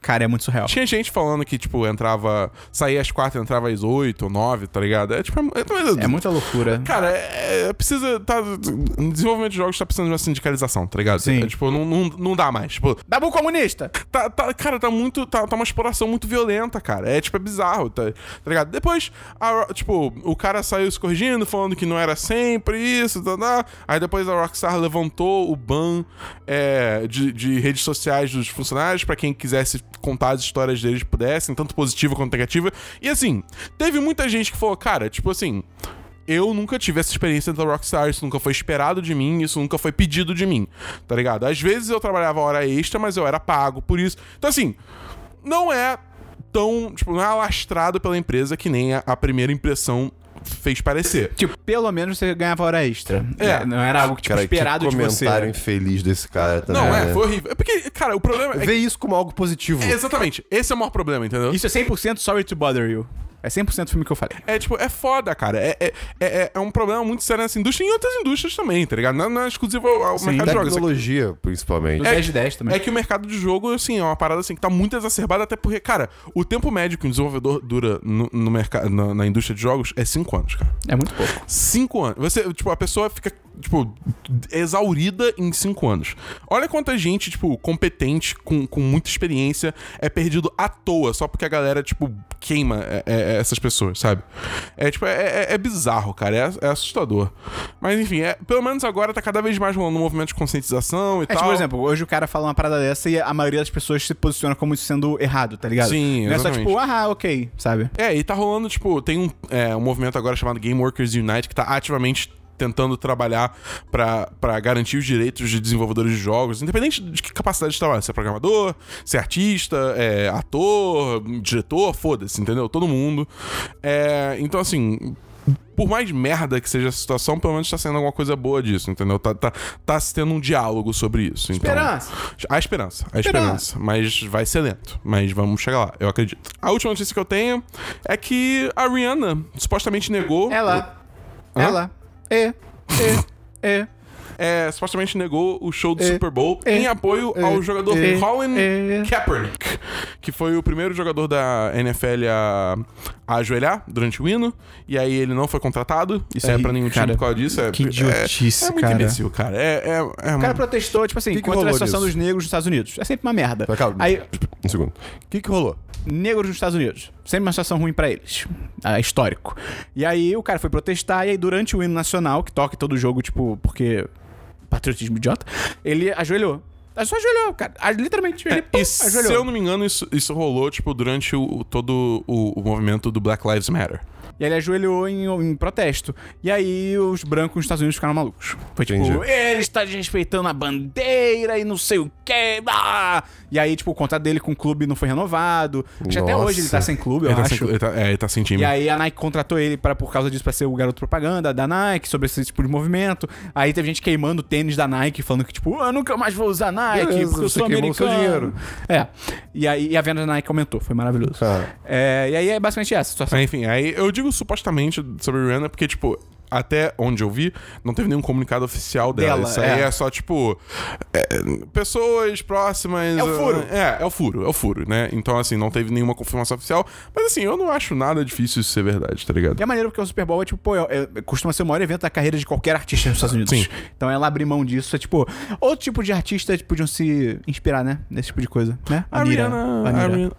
Speaker 1: Cara, é muito surreal.
Speaker 2: Tinha gente falando que, tipo, entrava. Saía às quatro, entrava às oito ou nove, tá ligado? É tipo. É,
Speaker 1: É muita loucura.
Speaker 2: Cara, é, é- precisa. Tá, no desenvolvimento de jogos tá precisando de uma sindicalização, tá ligado?
Speaker 1: Sim.
Speaker 2: É, tipo, não, não, não dá mais. Tipo,
Speaker 1: Dabu comunista!
Speaker 2: tá, tá- cara, tá muito. Tá, tá uma exploração muito violenta, cara. É tipo, é bizarro, tá, tá ligado? Depois, a Ro- tipo, o cara saiu se corrigindo, falando que não era sempre isso, tá, tá. Aí depois a Rockstar levantou o ban é, de, de redes sociais dos funcionários pra quem quisesse contar as histórias deles pudessem, tanto positiva quanto negativa. E assim, teve muita gente que falou, cara, tipo assim. Eu nunca tive essa experiência da Rockstar, isso nunca foi esperado de mim, isso nunca foi pedido de mim, tá ligado? Às vezes eu trabalhava hora extra, mas eu era pago por isso. Então, assim, não é tão, tipo, não é alastrado pela empresa que nem a, a primeira impressão fez parecer.
Speaker 1: Tipo, pelo menos você ganhava hora extra.
Speaker 2: É.
Speaker 1: Não era algo tipo,
Speaker 3: Cara,
Speaker 1: esperado
Speaker 3: que
Speaker 1: de você. né?
Speaker 3: comentário infeliz desse cara também.
Speaker 2: Não, é,
Speaker 3: né?
Speaker 2: foi horrível. É porque, cara, o problema é.
Speaker 3: Vê isso como algo positivo.
Speaker 2: é exatamente, esse é o maior problema, entendeu?
Speaker 1: Isso é 100% Sorry to Bother You. É 100% o filme que eu falei.
Speaker 2: É tipo, é foda, cara. É, é, é, é um problema muito sério nessa indústria e em outras indústrias também, tá ligado? Não, não é exclusivo ao, ao mercado de jogos.
Speaker 3: Tecnologia, principalmente.
Speaker 1: No 10 de 10 também.
Speaker 2: É que o mercado de jogo, assim, é uma parada assim que tá muito exacerbada, até porque, cara, o tempo médio que um desenvolvedor dura no, no mercado, na, na indústria de jogos é 5 anos, cara.
Speaker 1: É, muito pouco.
Speaker 2: 5 anos. Você, tipo, a pessoa fica, tipo, exaurida em 5 anos. Olha quanta gente, tipo, competente, com, com muita experiência, é perdido à toa, só porque a galera, tipo, queima é, é, essas pessoas, sabe? É, tipo, é, é- é bizarro, cara. É, é assustador. Mas, enfim, é, pelo menos agora tá cada vez mais rolando um movimento de conscientização e
Speaker 1: É
Speaker 2: tal.
Speaker 1: tipo, por exemplo, hoje o cara fala uma parada dessa e a maioria das pessoas se posiciona como isso sendo errado, tá ligado? Não
Speaker 2: Sim,
Speaker 1: é só
Speaker 2: exatamente.
Speaker 1: tipo, ah, ok, sabe?
Speaker 2: É, e tá rolando, tipo, tem um, é, um movimento agora chamado Game Workers Unite que tá ativamente tentando trabalhar pra pra garantir os direitos de desenvolvedores de jogos, independente de que capacidade de trabalho, se é programador, se é artista, é ator, diretor, foda-se, entendeu? Todo mundo. É, então, assim, por mais merda que seja a situação, pelo menos tá saindo alguma coisa boa disso, entendeu? Tá, tá, tá se tendo um diálogo sobre isso. então-
Speaker 1: Esperança.
Speaker 2: Há esperança, há esperança. Mas vai ser lento. Mas vamos chegar lá, eu acredito. A última notícia que eu tenho é que a Rihanna supostamente negou.
Speaker 1: Ela. Ela. E. E. E.
Speaker 2: é, supostamente negou o show do
Speaker 1: É.
Speaker 2: Super Bowl
Speaker 1: É.
Speaker 2: em apoio ao
Speaker 1: É.
Speaker 2: jogador
Speaker 1: É.
Speaker 2: Colin
Speaker 1: É.
Speaker 2: Kaepernick, que foi o primeiro jogador da NFL a, a ajoelhar durante o hino. E aí ele não foi contratado
Speaker 1: Isso
Speaker 2: é,
Speaker 1: aí,
Speaker 2: pra nenhum
Speaker 1: cara,
Speaker 2: time por causa disso. É,
Speaker 1: que
Speaker 2: é-
Speaker 1: idiotice,
Speaker 2: é, muito
Speaker 1: cara.
Speaker 2: imbecil, cara. É, é, é
Speaker 1: O cara
Speaker 2: um-
Speaker 1: protestou, tipo assim,
Speaker 3: Que que
Speaker 1: contra a
Speaker 3: rolou
Speaker 1: situação
Speaker 3: disso?
Speaker 1: dos negros nos Estados Unidos. É sempre uma merda.
Speaker 3: Mas calma,
Speaker 1: Aí,
Speaker 3: Um segundo. O que, que rolou?
Speaker 1: negros nos Estados Unidos. Sempre uma situação ruim pra eles. Ah, histórico. E aí o cara foi protestar, e aí durante o hino nacional, que toca em todo jogo, tipo, porque. Patriotismo idiota, ele ajoelhou. Ele só ajoelhou, cara. Ah, Literalmente, ele pum,
Speaker 2: É, E se eu não me engano, isso, isso rolou, tipo, durante o, o- todo o, o movimento do Black Lives Matter.
Speaker 1: E aí ele ajoelhou em, em protesto. E aí os brancos nos Estados Unidos ficaram malucos. Foi tipo,
Speaker 3: Entendi.
Speaker 1: ele está desrespeitando a bandeira e não sei o quê. Ah! E aí, tipo, o contrato dele com o clube não foi renovado. Acho que até
Speaker 3: Nossa.
Speaker 1: hoje ele tá sem clube, eu
Speaker 2: Ele tá,
Speaker 1: acho.
Speaker 2: sem, ele tá- é, ele tá sem time.
Speaker 1: E aí a Nike contratou ele pra, por causa disso pra ser o garoto propaganda da Nike, sobre esse tipo de movimento. Aí teve gente queimando o tênis da Nike, falando que tipo, eu nunca mais vou usar Nike,
Speaker 3: Beleza,
Speaker 1: porque eu
Speaker 3: você
Speaker 1: sou
Speaker 3: queimou o seu
Speaker 1: americano.
Speaker 3: dinheiro.
Speaker 1: É. E aí e a venda da Nike aumentou, foi maravilhoso.
Speaker 3: Ah.
Speaker 1: É, e aí é basicamente essa a situação.
Speaker 2: Mas, enfim, aí eu digo supostamente sobre Rihanna, porque, tipo, até onde eu vi, não teve nenhum comunicado oficial dela.
Speaker 1: Dela,
Speaker 2: Isso
Speaker 1: é.
Speaker 2: aí é, só, tipo, é, pessoas próximas.
Speaker 1: É o furo.
Speaker 2: É, é o furo, é o furo, né? Então, assim, não teve nenhuma confirmação oficial. Mas, assim, eu não acho nada difícil isso ser verdade, tá ligado?
Speaker 1: E é maneiro porque o Super Bowl é tipo, pô, é- é- costuma ser o maior evento da carreira de qualquer artista nos Estados Unidos.
Speaker 2: Sim.
Speaker 1: Então ela abrir mão disso, é tipo, outro tipo de artista podiam se inspirar, né? Nesse tipo de coisa, né?
Speaker 2: A Rihanna. A
Speaker 1: Anira.
Speaker 2: Rihanna,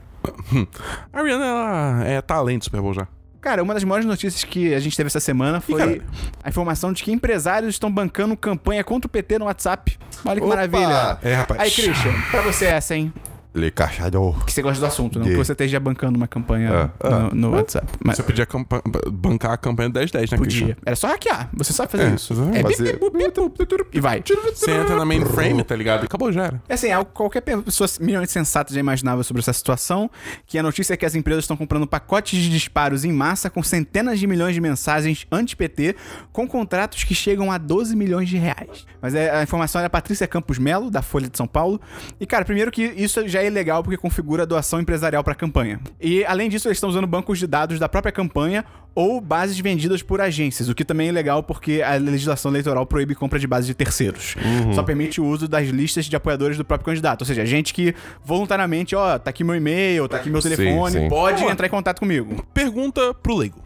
Speaker 2: a Rihanna, ela é talento do Super Bowl já.
Speaker 1: Cara, uma das maiores notícias que a gente teve essa semana foi
Speaker 2: caralho.
Speaker 1: a informação de que empresários estão bancando campanha contra o PT no WhatsApp. Olha que
Speaker 3: Opa!
Speaker 1: maravilha.
Speaker 2: É, rapaz.
Speaker 1: Aí, Christian, pra você é essa, hein?
Speaker 3: Le cachador.
Speaker 1: Que você gosta do assunto, não
Speaker 3: Que-
Speaker 1: que você esteja bancando uma campanha
Speaker 3: Ah,
Speaker 1: no, no WhatsApp. Mas
Speaker 2: Você podia campa- bancar a campanha do 1010, né,
Speaker 1: podia.
Speaker 2: Christian?
Speaker 1: Era só hackear. Você sabe fazer
Speaker 2: É,
Speaker 1: isso.
Speaker 2: exatamente.
Speaker 1: É bip,
Speaker 3: Fazer-
Speaker 1: bip, bip, bip, bip, e vai.
Speaker 2: Você entra na mainframe, tá ligado? Acabou, já era.
Speaker 1: É assim, algo que qualquer pessoa minimamente sensata já imaginava sobre essa situação, que a notícia é que as empresas estão comprando pacotes de disparos em massa com centenas de milhões de mensagens anti-PT, com contratos que chegam a 12 milhões de reais. Mas é, a informação é da Patrícia Campos Melo, da Folha de São Paulo. E, cara, primeiro que isso já é ilegal porque configura doação empresarial para a campanha. E, além disso, eles estão usando bancos de dados da própria campanha ou bases vendidas por agências, o que também é ilegal porque a legislação eleitoral proíbe compra de bases de terceiros.
Speaker 2: Uhum.
Speaker 1: Só permite o uso das listas de apoiadores do próprio candidato. Ou seja, gente que voluntariamente, ó, tá aqui meu e-mail, tá aqui meu
Speaker 3: Sim,
Speaker 1: telefone,
Speaker 3: sim.
Speaker 1: pode
Speaker 2: Boa.
Speaker 1: entrar em contato comigo.
Speaker 2: Pergunta pro leigo.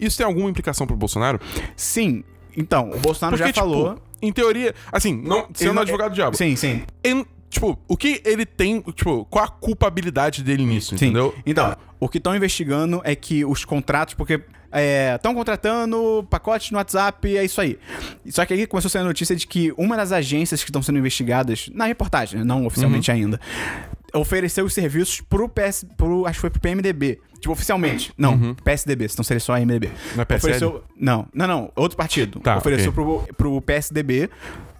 Speaker 2: Isso tem alguma implicação pro Bolsonaro?
Speaker 1: Sim. Então, o Bolsonaro já
Speaker 2: tipo,
Speaker 1: falou.
Speaker 2: em teoria, assim, não
Speaker 1: Ele
Speaker 2: sendo
Speaker 1: não- é-
Speaker 2: advogado do diabo.
Speaker 1: Sim, sim.
Speaker 2: ele- tipo, o que ele tem, tipo, qual a culpabilidade dele nisso,
Speaker 1: Sim.
Speaker 2: entendeu?
Speaker 1: Então, o que estão investigando é que os contratos, porque estão contratando pacotes no WhatsApp, é isso aí. Só que aí começou a sair a notícia de que uma das agências que estão sendo investigadas, na reportagem, né, não oficialmente
Speaker 2: Uhum.
Speaker 1: ainda, ofereceu os serviços pro PS. Pro, acho que foi pro PMDB. Tipo, oficialmente. Não, PSDB, senão seria só a MDB.
Speaker 2: Uhum. Não é PSL?
Speaker 1: Ofereceu- não, não, não. Outro partido.
Speaker 2: Tá,
Speaker 1: ofereceu
Speaker 2: ok.
Speaker 1: pro, pro PSDB.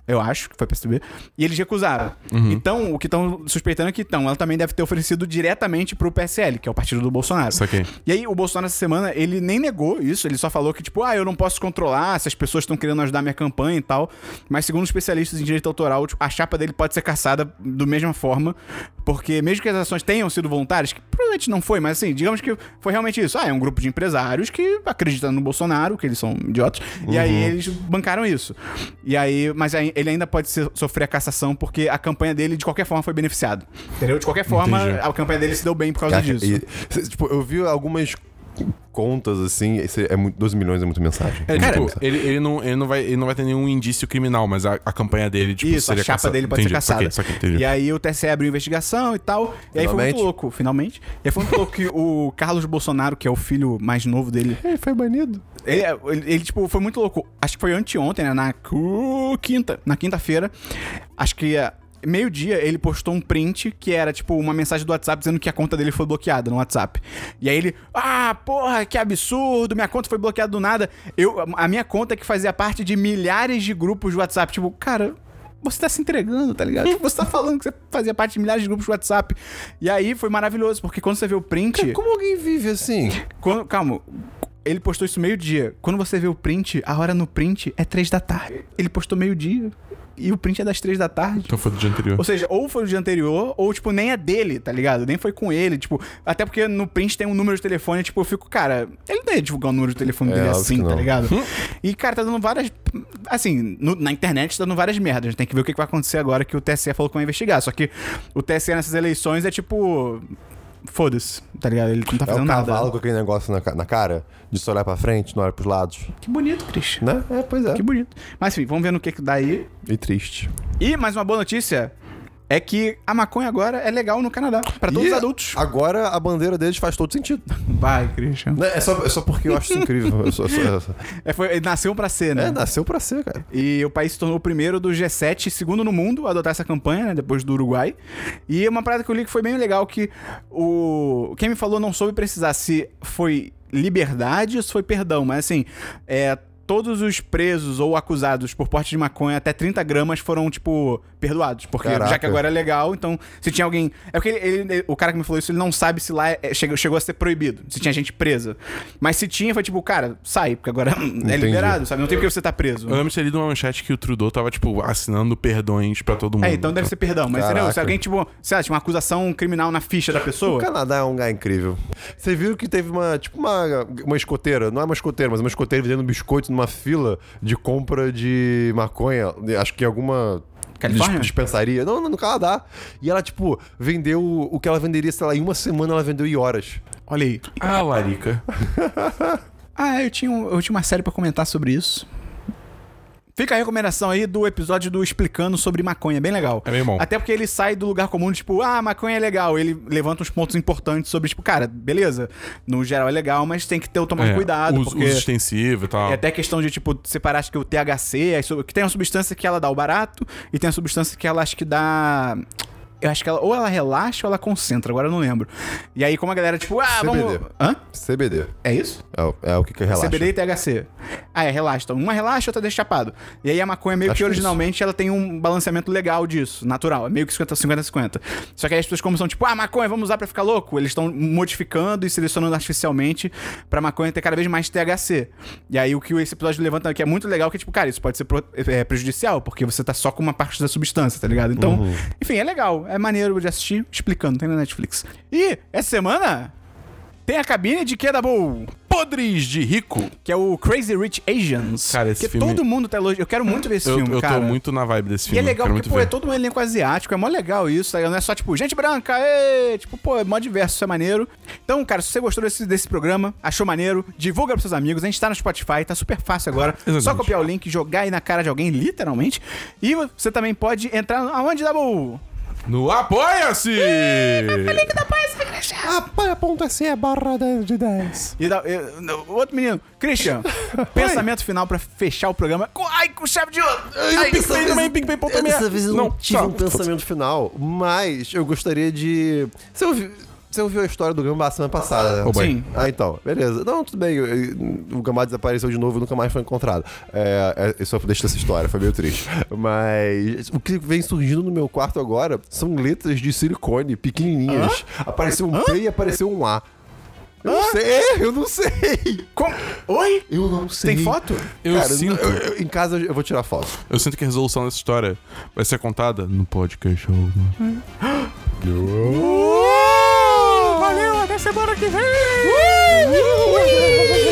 Speaker 1: Eu acho que foi PSDB. E eles recusaram. Então, o que estão suspeitando é que então, ela também deve ter oferecido diretamente pro PSL, que é o partido do Bolsonaro.
Speaker 2: Saquei.
Speaker 1: E aí, o Bolsonaro essa semana, ele nem negou isso, ele só falou que, tipo, ah, eu não posso controlar se as pessoas estão querendo ajudar minha campanha e tal. Mas, segundo especialistas em direito autoral, tipo, a chapa dele pode ser caçada do mesma forma, porque mesmo que as ações tenham sido voluntárias, que provavelmente não foi, mas assim, digamos que foi realmente isso. Ah, é um grupo de empresários que acreditam no Bolsonaro, que eles são idiotas, e aí eles bancaram isso. E aí, mas aí ele ainda pode ser- sofrer a cassação porque a campanha dele, de qualquer forma, foi beneficiada. Entendeu? De qualquer forma,
Speaker 2: Entendi.
Speaker 1: a campanha dele se deu bem por causa
Speaker 3: Caraca,
Speaker 1: disso.
Speaker 3: e- cê- tipo, eu vi algumas contas assim, esse é muito, 12 milhões é muita mensagem.
Speaker 2: É,
Speaker 3: Muita
Speaker 2: tipo,
Speaker 3: mensagem.
Speaker 2: ele, ele, não, ele, não vai, ele não vai ter nenhum indício criminal, mas a, a campanha dele, tipo,
Speaker 1: Isso, a
Speaker 2: seria
Speaker 1: chapa
Speaker 2: caça-
Speaker 1: dele pode
Speaker 2: Entendi,
Speaker 1: ser caçada.
Speaker 2: saquei, saquei, entendi.
Speaker 1: e aí o TSE abriu investigação e tal. E aí foi muito
Speaker 3: Finalmente.
Speaker 1: louco, finalmente. E aí foi muito louco que o Carlos Bolsonaro, que é o filho mais novo dele,
Speaker 3: Ele foi banido.
Speaker 1: ele, ele- ele, tipo, foi muito louco. Acho que foi anteontem, né? Na cu- quinta. Na quinta-feira. Acho que. é, Meio-dia, ele postou um print que era, tipo, uma mensagem do WhatsApp dizendo que a conta dele foi bloqueada no WhatsApp. E aí ele, ah, porra, que absurdo, minha conta foi bloqueada do nada. Eu, a minha conta é que fazia parte de milhares de grupos de WhatsApp. Tipo, cara, você tá se entregando, tá ligado? Tipo, Você tá falando que você fazia parte de milhares de grupos de WhatsApp. E aí foi maravilhoso, porque quando você vê o print.
Speaker 3: Como alguém vive assim?
Speaker 1: Quando, calma. Ele postou isso meio-dia. Quando você vê o print, a hora no print é três da tarde. Ele postou meio-dia e o print é das três da tarde.
Speaker 2: Então foi do dia anterior.
Speaker 1: Ou seja, ou foi o dia anterior, ou, tipo, nem é dele, tá ligado? Nem foi com ele, tipo... Até porque no print tem um número de telefone, tipo, eu fico, cara... Ele não ia divulgar o número de telefone dele
Speaker 3: óbvio
Speaker 1: assim,
Speaker 3: É, que
Speaker 1: tá
Speaker 3: não. Hum?
Speaker 1: ligado? E, cara, tá dando várias... Assim, no- na internet tá dando várias merdas. A gente tem que ver o que que vai acontecer agora que o TSE falou que vai investigar. Só que o TSE nessas eleições é, tipo... Foda-se, tá ligado? Ele não tá
Speaker 3: É o
Speaker 1: fazendo
Speaker 3: cavalo
Speaker 1: nada.
Speaker 3: com aquele negócio na, ca- na cara, de só olhar pra frente, não olhar pros lados.
Speaker 1: Que bonito, Cris.
Speaker 3: Né? É, pois é.
Speaker 1: Que bonito. Mas, enfim, vamos ver no que que dá aí.
Speaker 3: E triste.
Speaker 1: E, mais uma boa notícia... É que a maconha agora é legal no Canadá, pra todos
Speaker 3: E
Speaker 1: os adultos.
Speaker 3: Agora a bandeira deles faz todo sentido.
Speaker 1: Vai, Christian.
Speaker 3: Né? É, só, é só porque eu acho isso incrível. Eu sou- eu sou- eu sou-
Speaker 1: É, foi, ele nasceu pra ser, né?
Speaker 3: É, nasceu pra ser, cara.
Speaker 1: E o país se tornou o primeiro do G7, segundo no mundo, a adotar essa campanha, né? Depois do Uruguai. E uma parada que eu li que foi bem legal, que o... Quem me falou não soube precisar se foi liberdade ou se foi perdão. Mas, assim, é, todos os presos ou acusados por porte de maconha até 30 gramas foram, tipo, perdoados. Porque já que
Speaker 3: Caraca.
Speaker 1: agora é legal, então se tinha alguém... É porque ele- ele- ele- o cara que me falou isso, ele não sabe se lá é- chegou, chegou a ser proibido, se tinha gente presa. Mas se tinha, foi tipo, cara, sai, porque agora é liberado, sabe? Não tem porque você tá preso.
Speaker 2: Eu lembro de ter lido uma manchete que o Trudeau tava, tipo, assinando perdões pra todo mundo.
Speaker 1: É, então deve ser perdão. Mas entendeu?
Speaker 3: Caraca.
Speaker 1: Se alguém, tipo, sei lá, tinha uma acusação criminal na ficha da
Speaker 3: O
Speaker 1: pessoa.
Speaker 3: Canadá é um lugar incrível. Vocês viram que teve uma, tipo uma, uma escoteira, não é uma escoteira, mas uma escoteira vendendo biscoito numa fila de compra de maconha, acho que em alguma
Speaker 1: Califórnia?
Speaker 3: dis- dispensaria. Não, não, no Canadá. E ela, tipo, vendeu o que ela venderia, sei lá, em uma semana ela vendeu em horas.
Speaker 1: Olha aí.
Speaker 2: Ah, Larica.
Speaker 1: Ah, eu tinha, um- eu tinha uma série pra comentar sobre isso. Fica a recomendação aí do episódio do Explicando sobre maconha, bem legal.
Speaker 2: É bem bom.
Speaker 1: Até porque ele sai do lugar comum, tipo, ah, maconha é legal. Ele levanta uns pontos importantes sobre, tipo, cara, beleza, no geral é legal, mas tem que ter o tomar
Speaker 2: É,
Speaker 1: cuidado,
Speaker 2: uso,
Speaker 1: porque...
Speaker 2: uso extensivo e tal.
Speaker 1: É até questão de, tipo, separar, acho que o THC, as sub- que tem uma substância que ela dá o barato, e tem a substância que ela acho que dá. Eu acho que ela. Ou ela relaxa ou ela concentra, agora eu não lembro. E aí, como a galera, tipo, ah, vamos.
Speaker 3: CBD.
Speaker 1: Hã?
Speaker 3: CBD.
Speaker 1: É isso?
Speaker 3: É, o- é o que, que relaxa.
Speaker 1: CBD e THC. Ah, é, relaxa. Então, uma relaxa, outra deixa chapado. E aí a maconha meio
Speaker 3: Acho
Speaker 1: que
Speaker 3: que é
Speaker 1: originalmente ela tem um balanceamento legal disso, natural. É meio que 50, 50-50. Só que aí as pessoas como são tipo, ah, maconha, vamos usar pra ficar louco. Eles estão modificando e selecionando artificialmente pra maconha ter cada vez mais THC. E aí o que esse episódio levanta aqui é muito legal, que é tipo,
Speaker 3: Uhum.
Speaker 1: cara, isso pode ser pro- é, prejudicial, porque você tá só com uma parte da substância, tá ligado? Então, enfim, é legal. É maneiro de assistir, explicando, tem na Netflix. E essa semana tem a cabine de Kedabu,
Speaker 2: Podres de rico.
Speaker 1: que é o Crazy Rich Asians.
Speaker 2: Cara, esse
Speaker 1: que
Speaker 2: filme-
Speaker 1: todo mundo tá elogiando. Eu quero muito ver esse
Speaker 2: Eu,
Speaker 1: filme,
Speaker 2: eu
Speaker 1: cara.
Speaker 2: tô muito na vibe desse
Speaker 1: E
Speaker 2: filme.
Speaker 1: é legal
Speaker 2: quero
Speaker 1: porque,
Speaker 2: muito
Speaker 1: pô,
Speaker 2: ver.
Speaker 1: é todo um elenco asiático, é mó legal isso, tá ligado? Não é só, tipo, gente branca, ê! Tipo, pô, é mó diverso, isso é maneiro. Então, cara, se você gostou desse, desse programa, achou maneiro, divulga pros seus amigos, a gente tá no Spotify, tá super fácil agora.
Speaker 2: Exatamente.
Speaker 1: Só copiar o link, jogar aí na cara de alguém, literalmente. E você também pode entrar no- aonde, Dabu?
Speaker 2: No Apoia-se!
Speaker 1: É
Speaker 3: Apoia.se barra 10 de 10.
Speaker 1: E da, eu- não, o outro menino, Christian, pensamento final pra fechar o programa. Com- Ai, com chave de ouro! Ai,
Speaker 2: Pix PicPay também, PicPay ponto me.
Speaker 3: Dessa vez eu não,
Speaker 2: Não,
Speaker 3: tive
Speaker 2: só-
Speaker 3: um pensamento final, mas eu gostaria de. Você ouviu, você ouviu a história do Gambá semana passada, né?
Speaker 2: Ô, boy.
Speaker 1: Sim.
Speaker 3: Ah, então, beleza. Não, tudo bem. eu- eu- O Gambá desapareceu de novo e nunca mais foi encontrado. É, é, eu só deixo essa história, foi meio triste. Mas o que vem surgindo no meu quarto agora são letras de silicone pequenininhas. Apareceu um P e apareceu um A. Eu não sei, eu não sei.
Speaker 1: com- Oi?
Speaker 3: Eu não sei.
Speaker 1: Tem foto?
Speaker 2: Eu
Speaker 3: Cara,
Speaker 2: sinto.
Speaker 3: eu- eu- em casa eu vou tirar foto.
Speaker 2: Eu sinto que a resolução dessa história vai ser contada no podcast. show.
Speaker 1: Valeu, até semana que vem!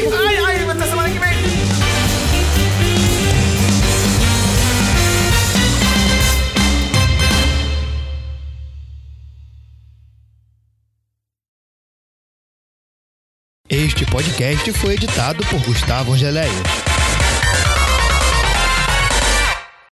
Speaker 5: Ai, ai,
Speaker 1: tá
Speaker 5: até semana que vem.
Speaker 6: Este podcast foi editado por Gustavo Angeléia.